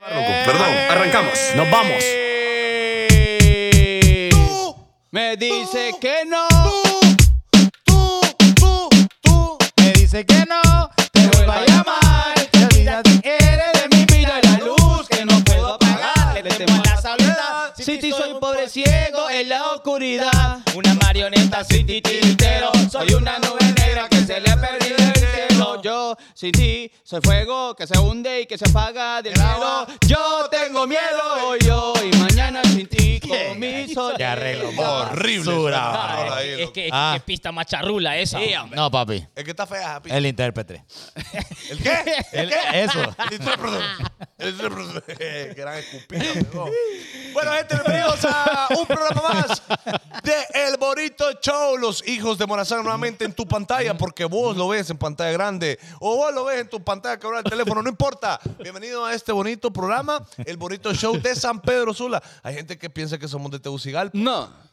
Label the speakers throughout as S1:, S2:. S1: loco. Perdón, arrancamos.
S2: Nos vamos.
S3: Me dice
S4: Tú.
S3: que no,
S4: Tú, tú, tú, tú.
S3: me dice que no, te vuelvo a llamar. Te olvidas si eres de mi vida y la luz que no puedo apagar. Le temo a la soledad. City, soy un pobre ciego en la oscuridad. Una marioneta City tintero. Soy una nube negra que se le ha perdido el cielo. Yo, sin ti, soy fuego que se hunde y que se apaga del cielo. Yo tengo miedo hoy, hoy, mañana sin ti, con mi soledad.
S2: Qué arreglo,
S4: Horrible.
S2: Basura.
S4: Ahora
S5: Ay,
S4: ahí,
S5: es
S4: loco.
S5: que, es
S2: Ah.
S5: que pista macharrula esa.
S2: No, papi.
S4: Es que está fea esa pizza.
S2: El intérprete.
S4: ¿El qué?
S2: El- eso.
S4: El intérprete. El intérprete. Gran escupida, pegó. Bueno, gente, bienvenidos a un programa más de El Bonito Show. Los hijos de Morazán nuevamente en tu pantalla, porque vos lo ves en pantalla grande o vos lo ves en tu pantalla que habla el teléfono, no importa. Bienvenido a este bonito programa, El Bonito Show de San Pedro Sula. Hay gente que piensa que somos de Tegucigalpa.
S3: No.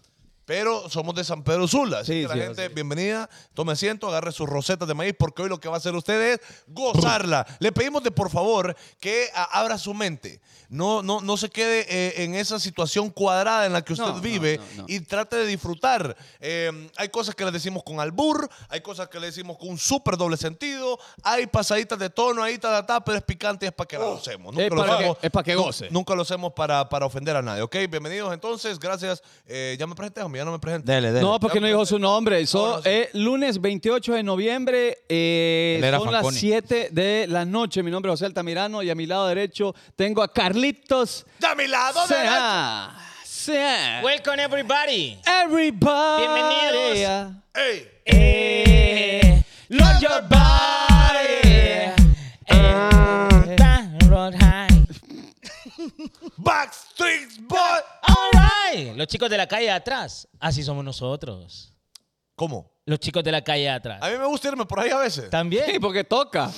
S4: Pero somos de San Pedro Sula. Así
S3: Sí,
S4: que la
S3: sí,
S4: gente,
S3: así.
S4: bienvenida, tome asiento, agarre sus rosetas de maíz, porque hoy lo que va a hacer usted es gozarla. Le pedimos de por favor que a- abra su mente. No, no, no se quede eh, en esa situación cuadrada en la que usted
S3: No, no,
S4: vive
S3: no, no.
S4: y trate de disfrutar. Eh, hay cosas que le decimos con albur, hay cosas que le decimos con un súper doble sentido, hay pasaditas de tono, ahí, ta, ta, ta, pero es picante y es para que la gocemos. Nunca
S3: Oh, Es
S4: lo
S3: para que-
S4: hacemos-
S3: es para que
S4: nu-
S3: goce.
S4: Nunca lo hacemos para, para ofender a nadie, ¿ok? Bienvenidos entonces, gracias. Eh, ¿Ya me presenté, homie? ¿Ya no me presenté?
S2: Dele, Oh, dele.
S3: No, porque no dijo su nombre. So,
S4: Ahora sí.
S3: eh, lunes 28 de noviembre, eh,
S2: Él era
S3: son
S2: Fanconi.
S3: las 7 de la noche. Mi nombre es José Altamirano y a mi lado derecho tengo a Carlitos
S4: ¡De a mi lado! de
S3: ah.
S4: la-
S3: Sea. Sea.
S5: Welcome everybody.
S3: Everybody.
S5: Bienvenidos.
S4: ¡Ey!
S5: Eh,
S3: Love your body.
S5: eh, that road high.
S4: ¡Backstreet Boy!
S5: All right. Los chicos de la calle de atrás. Así somos nosotros.
S4: ¿Cómo?
S5: Los chicos de la calle de atrás.
S4: A mí me gusta irme por ahí a veces.
S3: Sí,
S5: También.
S3: porque toca.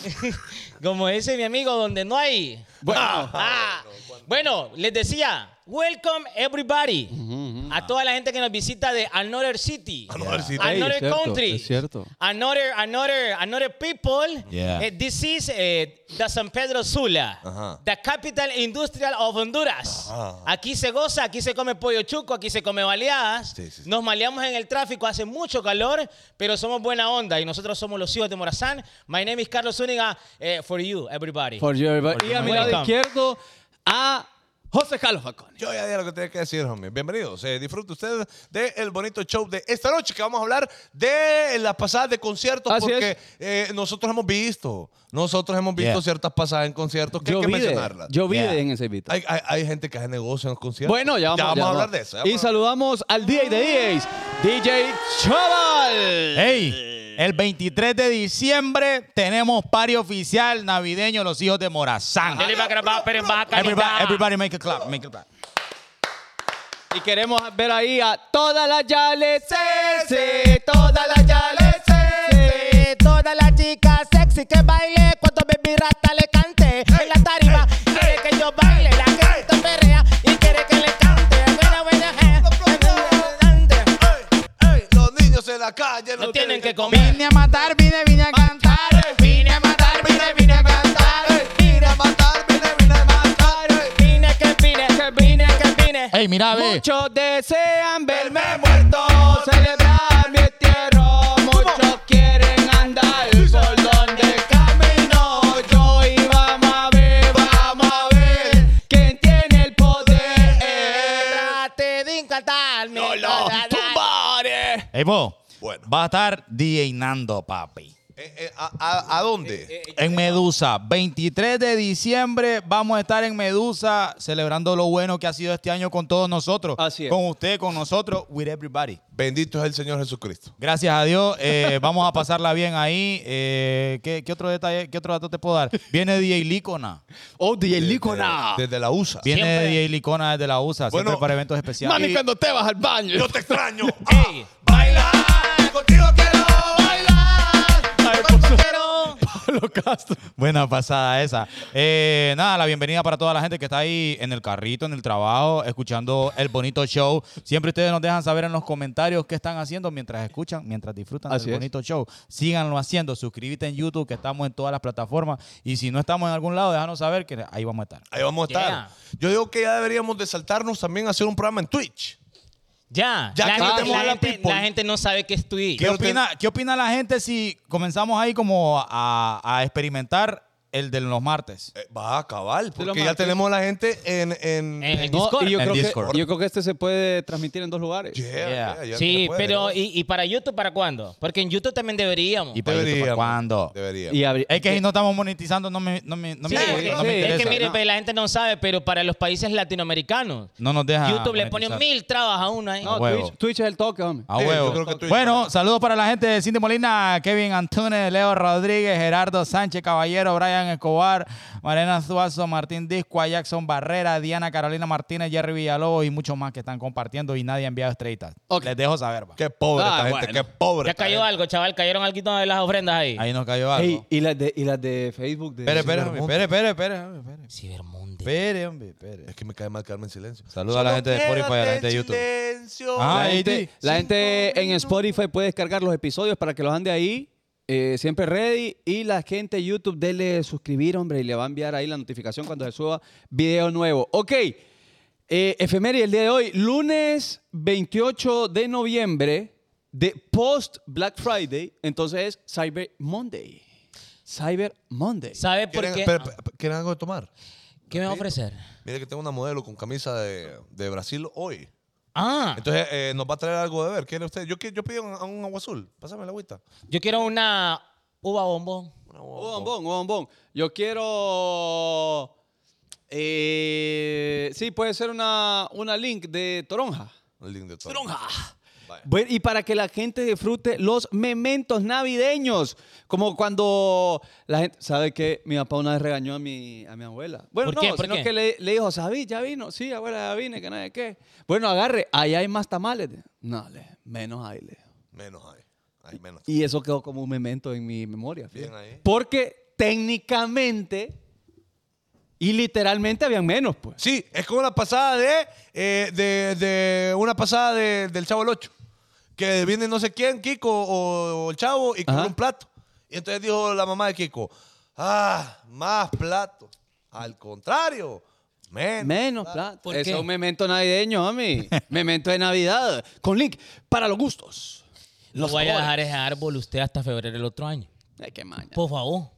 S5: Como dice mi amigo, donde no hay.
S3: Bueno,
S5: Ah, bueno, les decía, welcome everybody. A toda la gente que nos visita de Another City.
S4: Another City.
S5: Another
S3: Ey, es cierto,
S5: country.
S3: es cierto.
S5: Another, another, another people.
S2: Yeah.
S5: Eh, this is eh, the San Pedro Sula.
S4: Ajá.
S5: The capital industrial of Honduras.
S4: Ajá.
S5: Aquí se goza, aquí se come pollo chuco, aquí se come baleadas.
S4: Sí, sí, sí.
S5: Nos maleamos en el tráfico, hace mucho calor, pero somos buena onda y nosotros somos los hijos de Morazán. My name is Carlos Zúñiga. eh, for you, everybody.
S3: For you, everybody. Y a mi
S5: Welcome.
S3: lado izquierdo a José Carlos Faconi.
S4: Yo ya dije lo que tenía que decir, homie. Bienvenidos. Eh, disfrute usted del bonito show de esta noche, que vamos a hablar de las pasadas de conciertos,
S3: Así
S4: porque eh, nosotros hemos visto, nosotros hemos visto
S2: Yeah.
S4: ciertas pasadas en conciertos que
S3: Yo
S4: hay que
S3: vi, de-
S4: mencionarlas.
S3: yo vi
S2: Yeah.
S3: de en ese beat.
S4: Hay, hay- hay gente que hace negocio en los conciertos.
S3: Bueno, ya vamos, ya
S4: a hablar de eso. ya
S3: Y
S4: vamos a-
S3: saludamos al DJ de DJs, DJ Chaval.
S4: Eh.
S2: Ey, el 23 de diciembre tenemos pari oficial navideño Los Hijos de Morazán.
S5: Dele para grabar, pero en baja calidad.
S2: Everybody, everybody make a clap, make a clap.
S3: Y queremos ver ahí a todas las yales sexy, todas las yales sexy.
S5: Todas las chicas sexy que baile cuando Baby Rata le cante Eh, en la tarima. Quiere que yo baile, la gente perrea y quiere que le cante. Buena, buena, eh.
S4: ¡Ey! ¡Ey! Los niños en la calle
S5: No tienen que comer.
S2: Vine a matar, vine, vine a cantar. Vine a matar, vine, vine a cantar.
S4: Vine a matar, vine, vine a matar. ey.
S5: Vine que vine, que vine, que vine.
S2: Ey, mira, ve.
S3: Muchos desean verme
S4: Eh. Verme
S3: muerto,
S4: muerto,
S3: celebrar mi entierro. Muchos quieren andar por donde camino. Yo y vamos a ver, vamos a ver quién tiene el poder.
S5: Trate de encantarme.
S4: No lo
S3: tumbaré.
S2: Ey, vos.
S4: Bueno.
S2: Va a estar DJ Nando, papi.
S4: Eh, eh, a, a- a dónde?
S5: Eh,
S2: En Medusa, 23 de diciembre vamos a estar en Medusa celebrando lo bueno que ha sido este año con todos nosotros.
S3: Así es.
S2: Con usted, con nosotros, with everybody.
S4: Bendito es el Señor Jesucristo.
S2: Gracias a Dios, eh, vamos a pasarla bien ahí. Eh, ¿qué, qué otro detalle, qué otro dato te puedo dar? Viene DJ Licona.
S3: Oh, DJ
S4: Desde- Desde la USA.
S2: Viene
S5: Siempre.
S2: DJ Licona desde la USA, siempre
S4: Bueno,
S2: para eventos especiales.
S4: Y-
S3: cuando te vas al baño.
S4: Yo te extraño. Ah,
S5: Ey.
S4: Baila, contigo quiero bailar.
S3: Ay, por su- Pablo Castro.
S2: Buena pasada esa. Eh, nada, la bienvenida para toda la gente que está ahí en el carrito, en el trabajo, escuchando el bonito show. Siempre ustedes nos dejan saber en los comentarios qué están haciendo mientras escuchan, mientras disfrutan
S3: Así
S2: del
S3: es.
S2: bonito show. Síganlo haciendo. Suscríbete en YouTube, que estamos en todas las plataformas. Y si no estamos en algún lado, déjanos saber que ahí vamos a estar.
S4: Ahí vamos a estar.
S5: Yeah.
S4: Yo digo que ya deberíamos de saltarnos también a hacer un programa en Twitch.
S5: Ya,
S4: Ya
S5: la,
S4: que
S5: gente,
S4: metemos
S5: la,
S4: a la
S5: gente,
S4: people.
S5: la gente no sabe qué es Twitch.
S2: ¿Qué
S4: Quiero te-
S2: opina, ¿Qué opina la gente si comenzamos ahí como a, a experimentar el de los martes?
S4: Eh, va a acabar,
S3: lo
S4: porque ya
S3: martes.
S4: tenemos la gente en... en,
S5: En el
S3: No,
S5: Discord.
S3: y yo
S2: En
S3: creo,
S2: Discord.
S3: Que, yo creo que este se puede transmitir en dos lugares.
S4: Yeah,
S2: Yeah.
S4: yeah, ya
S5: sí,
S4: se puede,
S5: pero
S4: ¿no?
S5: ¿y, y para YouTube para cuándo? Porque en YouTube también deberíamos.
S2: ¿Y para YouTube, para
S4: Deberíamos,
S2: cuándo?
S4: Deberíamos.
S3: Y abri- eh,
S2: Es que si no estamos monetizando, no me, no me, no
S5: Sí,
S2: me-
S5: porque-
S2: no me
S3: sí,
S5: es
S2: interesa.
S5: que mire,
S3: No.
S5: pues, la gente no sabe, pero para los países latinoamericanos,
S2: No nos deja.
S5: YouTube le pone
S2: monetizar.
S5: mil trabas a uno ahí.
S3: No,
S2: huevo.
S3: Twitch, Twitch es el toque, hombre.
S2: A
S4: Sí, yo
S2: huevo.
S4: creo que tú-
S2: bueno, saludos para la gente de Cindy Molina, Kevin Antunes, Leo Rodríguez, Gerardo Sánchez, Caballero, Brian Escobar, Mariana Suazo, Martín Discoa, Jackson Barrera, Diana Carolina Martínez, Jerry Villalobos y muchos más que están compartiendo y nadie ha enviado estrellitas.
S3: Ok.
S2: Les dejo saber. va.
S4: Qué pobre
S3: Ah,
S4: esta gente,
S3: bueno.
S4: qué pobre.
S5: ya
S4: esta
S5: cayó
S4: gente.
S5: algo, chaval. Cayeron algo de las ofrendas ahí.
S2: Ahí nos cayó algo.
S3: Ey, y las de, y las de Facebook. De
S2: Espere, espere, espere, espere, espere, espere.
S5: Cibermundi.
S2: Espere, hombre, espere.
S4: Es que me cae mal quedarme en silencio.
S2: Saluda a la gente de Spotify, a la gente de YouTube. Ah,
S3: La
S2: ahí
S3: gente,
S2: te-
S3: la gente en Spotify puede descargar los episodios para que los ande ahí. eh, siempre ready. Y la gente de YouTube, dele suscribir, hombre, y le va a enviar ahí la notificación cuando se suba video nuevo. Ok. Eh, efeméride el día de hoy, lunes 28 de noviembre, de post Black Friday, entonces es Cyber Monday. Cyber Monday.
S5: ¿Sabe por
S4: ¿Quieren,
S5: qué? Ah,
S4: espera, espera, ¿quieren algo de tomar?
S5: ¿Qué me va a ofrecer?
S4: Mira que tengo una modelo con camisa de, de Brasil hoy.
S5: Ah,
S4: Entonces eh, nos va a traer algo de ver. ¿Quiere usted? Yo, qui- yo pido un, un agua azul. Pásame la agüita.
S5: yo quiero una uva bombón.
S4: Una
S3: Oh,
S4: agua-
S3: bombón, oh, bombón. Yo quiero. eh, sí, puede ser una, una link de Toronja.
S4: El link de todo. Vaya.
S3: Bueno, y para que la gente disfrute los mementos navideños. Como cuando la gente. ¿Sabe qué? Mi papá una vez regañó a mi, a mi abuela. Bueno,
S5: ¿Por
S3: no,
S5: qué? ¿Por
S3: sino
S5: qué?
S3: que le, le dijo, ¿sabí? ¿Ya vino? Sí, abuela, ya vine, que nada de qué. Bueno, agarre, ahí hay más tamales. No, le, menos hay, le.
S4: Menos hay. Hay menos.
S3: Y eso quedó como un memento en mi memoria. fíjate.
S4: Bien ahí.
S3: Porque técnicamente y literalmente habían menos, pues.
S4: Sí, es como la pasada de, eh, de, de una pasada de- del Chavo el 8. Que viene no sé quién, Kiko o, o el Chavo, y
S3: Ajá.
S4: cobra un plato. Y entonces dijo la mamá de Kiko, ah, más plato. Al contrario, menos.
S3: Menos, claro.
S5: ¿Por
S3: Eso
S5: qué?
S3: es un memento navideño, mami. memento de Navidad. Con link para los gustos.
S5: Lo
S3: Los
S5: voy a
S3: sabores.
S5: dejar ese árbol usted hasta febrero del otro año.
S3: Ay, qué maña.
S5: Por favor.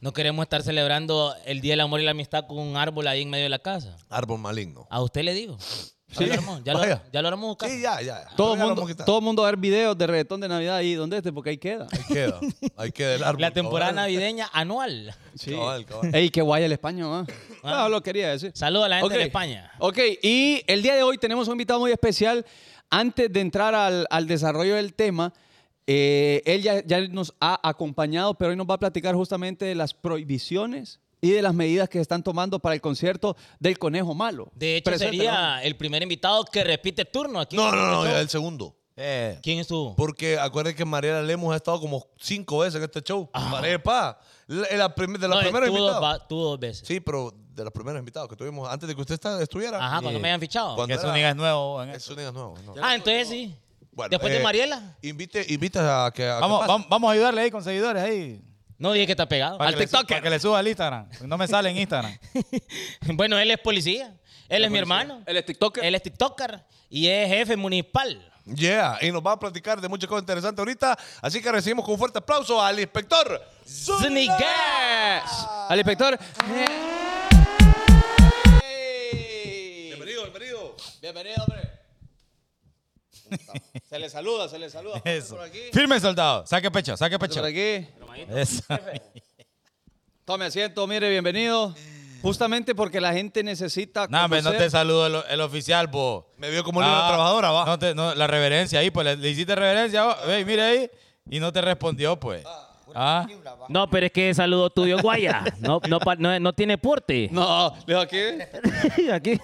S5: No queremos estar celebrando el Día del Amor y la Amistad con un árbol ahí en medio de la casa.
S4: Árbol maligno.
S5: A usted le digo.
S3: Sí,
S5: Ya lo haremos, ya lo,
S4: vaya.
S5: ya lo haremos buscar.
S4: Sí, ya, ya.
S3: Todo
S4: Ya lo vamos a
S3: mundo,
S4: quitar.
S3: todo mundo va a ver videos de reggaetón de Navidad ahí donde este, porque ahí queda.
S4: Ahí queda. Ahí queda el árbol.
S5: La temporada
S4: cabal.
S5: navideña anual.
S3: Sí.
S4: Cabal, cabal.
S3: Ey, qué guay el español, ¿ah? No, lo quería decir.
S5: Saludos a la gente
S3: Ok.
S5: de España.
S3: Ok, y el día de hoy tenemos un invitado muy especial. Antes de entrar al, al desarrollo del tema, eh, él ya, ya nos ha acompañado, pero hoy nos va a platicar justamente de las prohibiciones y de las medidas que se están tomando para el concierto del Conejo Malo.
S5: De hecho,
S3: Preséntalo.
S5: sería el primer invitado que repite turno aquí.
S4: No, Pues, no, no, ya el segundo.
S2: Eh,
S5: ¿Quién estuvo?
S4: Porque acuérdense que Mariela Lemos ha estado como cinco veces en este show.
S3: Ah.
S4: Parepa. La, la prim- de los
S5: No,
S4: primeros
S5: estuvo dos
S4: invitados.
S5: va- estuvo dos veces.
S4: Sí, pero de los primeros invitados que tuvimos antes de que usted esta- estuviera.
S5: Ajá, cuando
S4: Eh,
S5: me hayan fichado.
S4: cuando
S2: que su
S4: era-
S2: es nuevo. ¿eh? en
S4: Es
S2: esto.
S4: Zúñiga nuevo. no.
S5: Ah, entonces sí.
S4: Bueno,
S5: Después
S4: eh,
S5: de Mariela.
S4: Invite, invita a que. a que
S2: Vamos,
S4: pase.
S2: vamos, vamos a ayudarle ahí con seguidores ahí.
S5: No dije que está pegado.
S2: Para
S5: Al
S2: que le su-
S5: TikToker.
S2: Para que le suba al Instagram. No me sale en Instagram.
S5: Bueno, él es policía. Él es mi hermano.
S3: Él es TikToker.
S5: Él es TikToker y es jefe municipal.
S4: Yeah, y nos va a platicar de muchas cosas interesantes ahorita. Así que recibimos con fuerte aplauso al inspector.
S5: Zúñiga.
S3: Yes. Al inspector.
S5: Ah.
S4: Bienvenido, bienvenido.
S3: Bienvenido, hombre. Se le saluda, se le saluda.
S2: Eso. Firme, soldado. Saque pecho, saque pecho.
S3: Por aquí.
S2: Eso.
S3: Tome asiento, mire, bienvenido. Justamente porque la gente necesita.
S2: No, hombre, no
S3: conocer-
S2: te saludo el, el oficial, vos.
S4: Me vio
S3: Ah.
S4: como una trabajadora, va.
S2: No te- no, la reverencia ahí, pues le, le hiciste reverencia, vos. Ve, mire ahí. Y no te respondió, pues. Ah.
S6: No, pero es que saludo tuyo es guaya. No, no, pa- no, no tiene porte.
S3: No, le digo aquí.
S6: Aquí.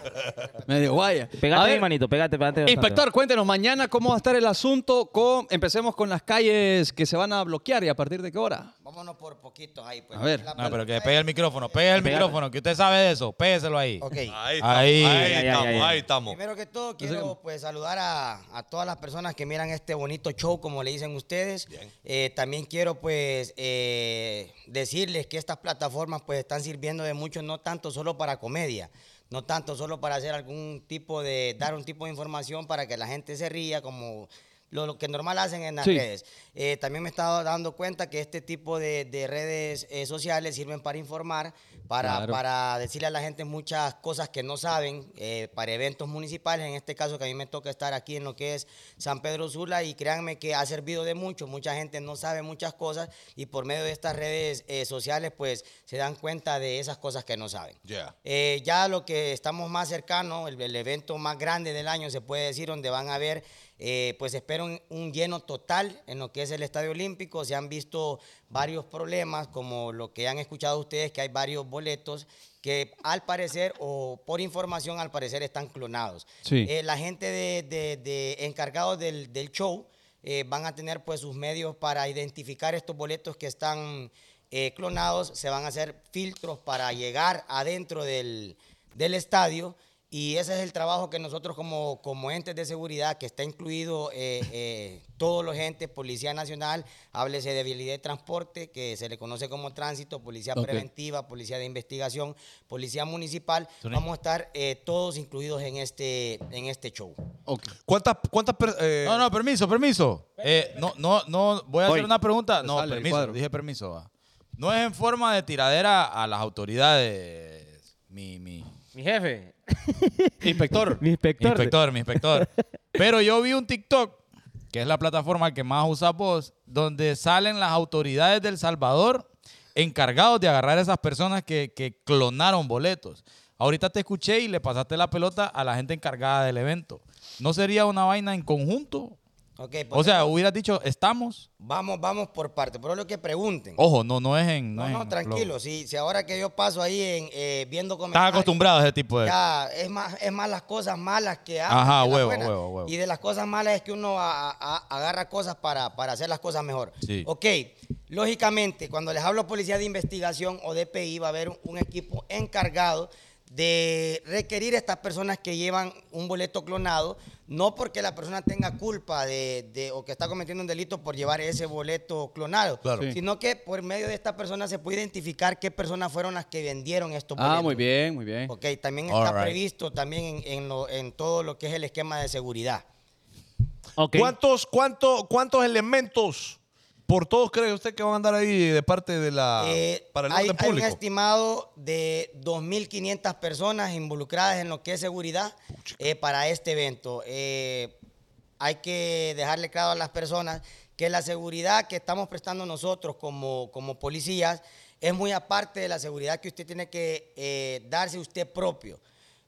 S3: Medio guaya. A
S6: Pégate
S3: ver,
S6: mi manito, pégate, pégate. bastante.
S3: Inspector, cuéntenos, mañana cómo va a estar el asunto con. Empecemos con las calles que se van a bloquear y a partir de qué hora.
S7: micrófono por poquitos ahí. Pues.
S8: A ver.
S7: La
S2: No, Ah, pero que
S7: pregunta
S2: pegue el micrófono, pegue el micrófono, que usted sabe de eso, pégueselo ahí.
S7: es- Ok.
S4: Ahí estamos,
S2: Ahí.
S4: ahí
S5: Ay, ay,
S4: estamos,
S5: ay, ay.
S4: ahí estamos.
S7: Primero que todo, quiero pues, saludar a, a todas las personas que miran este bonito show, como le dicen ustedes. Eh, también quiero pues eh, decirles que estas plataformas pues están sirviendo de mucho, no tanto solo para comedia, no tanto solo para hacer algún tipo de, dar un tipo de información para que la gente se ría, como lo, lo que normal hacen en las
S5: Sí.
S7: redes. Eh, también me he estado dando cuenta que este tipo de, de redes eh, sociales sirven para informar, para,
S8: Claro.
S7: para decirle a la gente muchas cosas que no saben, eh, para eventos municipales, en este caso que a mí me toca estar aquí en lo que es San Pedro Sula y créanme que ha servido de mucho, mucha gente no sabe muchas cosas y por medio de estas redes eh, sociales pues se dan cuenta de esas cosas que no saben.
S4: Yeah.
S7: Eh, ya lo que estamos más cercano, el, el evento más grande del año, se puede decir, donde van a ver, eh, pues espero un, un lleno total en lo que es el Estadio Olímpico. Se han visto varios problemas, como lo que han escuchado ustedes, que hay varios boletos que al parecer, o por información, al parecer están clonados.
S5: Sí.
S7: Eh, la gente de, de- de- encargados del, del show eh, van a tener pues sus medios para identificar estos boletos que están eh, clonados. Se van a hacer filtros para llegar adentro del, del estadio. Y ese es el trabajo que nosotros como, como entes de seguridad, que está incluido eh, eh, todos los entes, Policía Nacional, háblese de habilidad de transporte, que se le conoce como tránsito, Policía
S8: Ok.
S7: Preventiva, Policía de Investigación, Policía Municipal, vamos a estar eh, todos incluidos en este, en este show.
S8: Ok.
S4: ¿Cuántas, cuántas per- eh,
S2: No, no, permiso, permiso. Eh, no, no, no, voy a
S8: Voy.
S2: hacer una pregunta.
S8: Me
S2: No,
S8: sale el
S2: permiso,
S8: cuadro.
S2: dije permiso. va. No es en forma de tiradera a las autoridades, mi, mi
S5: Mi jefe.
S8: Inspector.
S5: Mi inspector.
S2: inspector, mi inspector. Pero yo vi un TikTok, que es la plataforma que más usas vos, donde salen las autoridades del Salvador encargados de agarrar a esas personas que, que clonaron boletos. Ahorita te escuché y le pasaste la pelota a la gente encargada del evento. ¿No sería una vaina en conjunto?
S7: Ok,
S2: O
S7: porque
S2: sea, hubieras dicho, estamos.
S7: vamos, vamos por parte. Pero lo que pregunten.
S2: Ojo, no, no es en.
S7: no,
S2: es
S7: no,
S2: en
S7: tranquilo.
S2: Flow.
S7: Si, si ahora que yo paso ahí en, eh, viendo
S2: Estás
S7: comentarios.
S2: acostumbrado a ese tipo de.
S7: Ya, es más, es más las cosas malas que hacen.
S2: pues. Ajá,
S7: que las
S2: huevo,
S7: buenas.
S2: huevo, huevo.
S7: Y de las cosas malas es que uno a- a- a- agarra cosas para, para hacer las cosas mejor.
S2: Sí.
S7: Ok, lógicamente, cuando les hablo policía de investigación o DPI, va a haber un, un equipo encargado de requerir a estas personas que llevan un boleto clonado, no porque la persona tenga culpa de, de- o que está cometiendo un delito por llevar ese boleto clonado,
S4: Claro. Sí.
S7: sino que por medio de esta persona se puede identificar qué personas fueron las que vendieron estos boletos.
S8: Ah, muy bien, muy bien.
S7: Ok, también está
S2: Alright.
S7: previsto también en, en lo- en todo lo que es el esquema de seguridad.
S5: Ok.
S4: ¿Cuántos, cuánto, ¿Cuántos elementos por todos cree usted que van a andar ahí de parte de la
S7: Eh,
S4: Ah, para el
S7: hay,
S4: orden
S7: hay un
S4: público?
S7: estimado de 2.500 personas involucradas en lo que es seguridad eh, para este evento. Eh, hay que dejarle claro a las personas que la seguridad que estamos prestando nosotros como, como policías es muy aparte de la seguridad que usted tiene que eh, darse usted propio.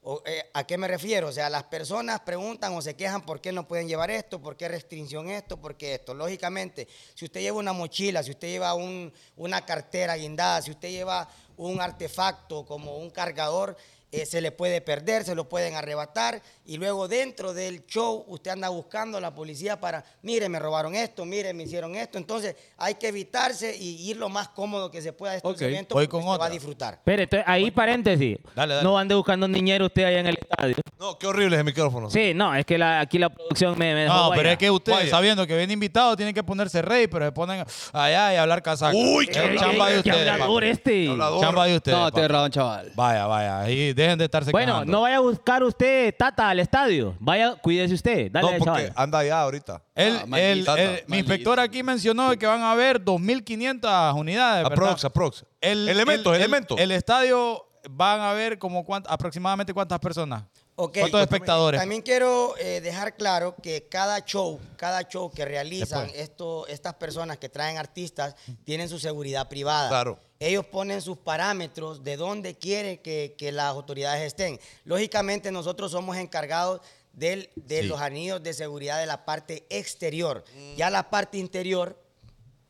S7: O, eh, ¿A qué me refiero? O sea, las personas preguntan o se quejan por qué no pueden llevar esto, por qué restricción esto, por qué esto. Lógicamente, si usted lleva una mochila, si usted lleva un- una cartera guindada, si usted lleva un artefacto como un cargador, eh, se le puede perder, se lo pueden arrebatar y luego dentro del show usted anda buscando a la policía para, mire, me robaron esto, mire, me hicieron esto. Entonces hay que evitarse y ir lo más cómodo que se pueda a estos
S8: Ok,
S7: eventos
S2: voy
S7: porque
S2: con
S7: usted va
S2: otra.
S7: a disfrutar.
S5: Espere, entonces, ahí paréntesis.
S2: Dale, dale.
S5: No ande buscando niñero usted allá en el estadio.
S4: No, qué horrible es el micrófono.
S5: Sí, no, es que la, aquí la producción me, me dejó
S2: No, pero
S5: guaya.
S2: es que ustedes,
S4: Guaya.
S2: sabiendo que vienen invitados, tienen que ponerse rey, pero se ponen allá y hablar casaca.
S4: Uy,
S2: Ch-
S4: qué-
S5: Ey,
S2: Eh, chamba
S5: ey,
S2: de
S5: qué
S2: ustedes.
S5: hablador
S2: papi.
S5: este.
S4: Qué hablador. eh.
S2: Chamba de ustedes.
S8: No, te
S2: papi.
S8: erraron, chaval.
S2: Vaya, vaya, ahí dejen de estarse
S5: Bueno,
S2: quejando.
S5: no vaya a buscar usted Tata al estadio. Vaya, cuídese usted. Dale,
S4: No,
S5: al
S4: porque
S5: chaval.
S4: anda allá ahorita.
S2: Él-
S8: Ah,
S2: él-
S8: maldito,
S2: él-
S8: maldito.
S2: mi inspector aquí mencionó que van a haber 2.500 unidades. ¿verdad?
S4: Aprox, aprox.
S2: El,
S4: elementos,
S2: el- el-
S4: elementos.
S2: El, estadio van a haber como cuánt- aproximadamente cuántas personas.
S7: Ok.
S2: ¿Cuántos espectadores?
S7: También quiero eh, dejar claro que cada show, cada show que realizan esto, estas personas que traen artistas tienen su seguridad privada.
S4: Claro.
S7: Ellos ponen sus parámetros de dónde quieren que, que las autoridades estén. Lógicamente nosotros somos encargados del- de
S2: Sí.
S7: los anillos de seguridad de la parte exterior. Ya la parte interior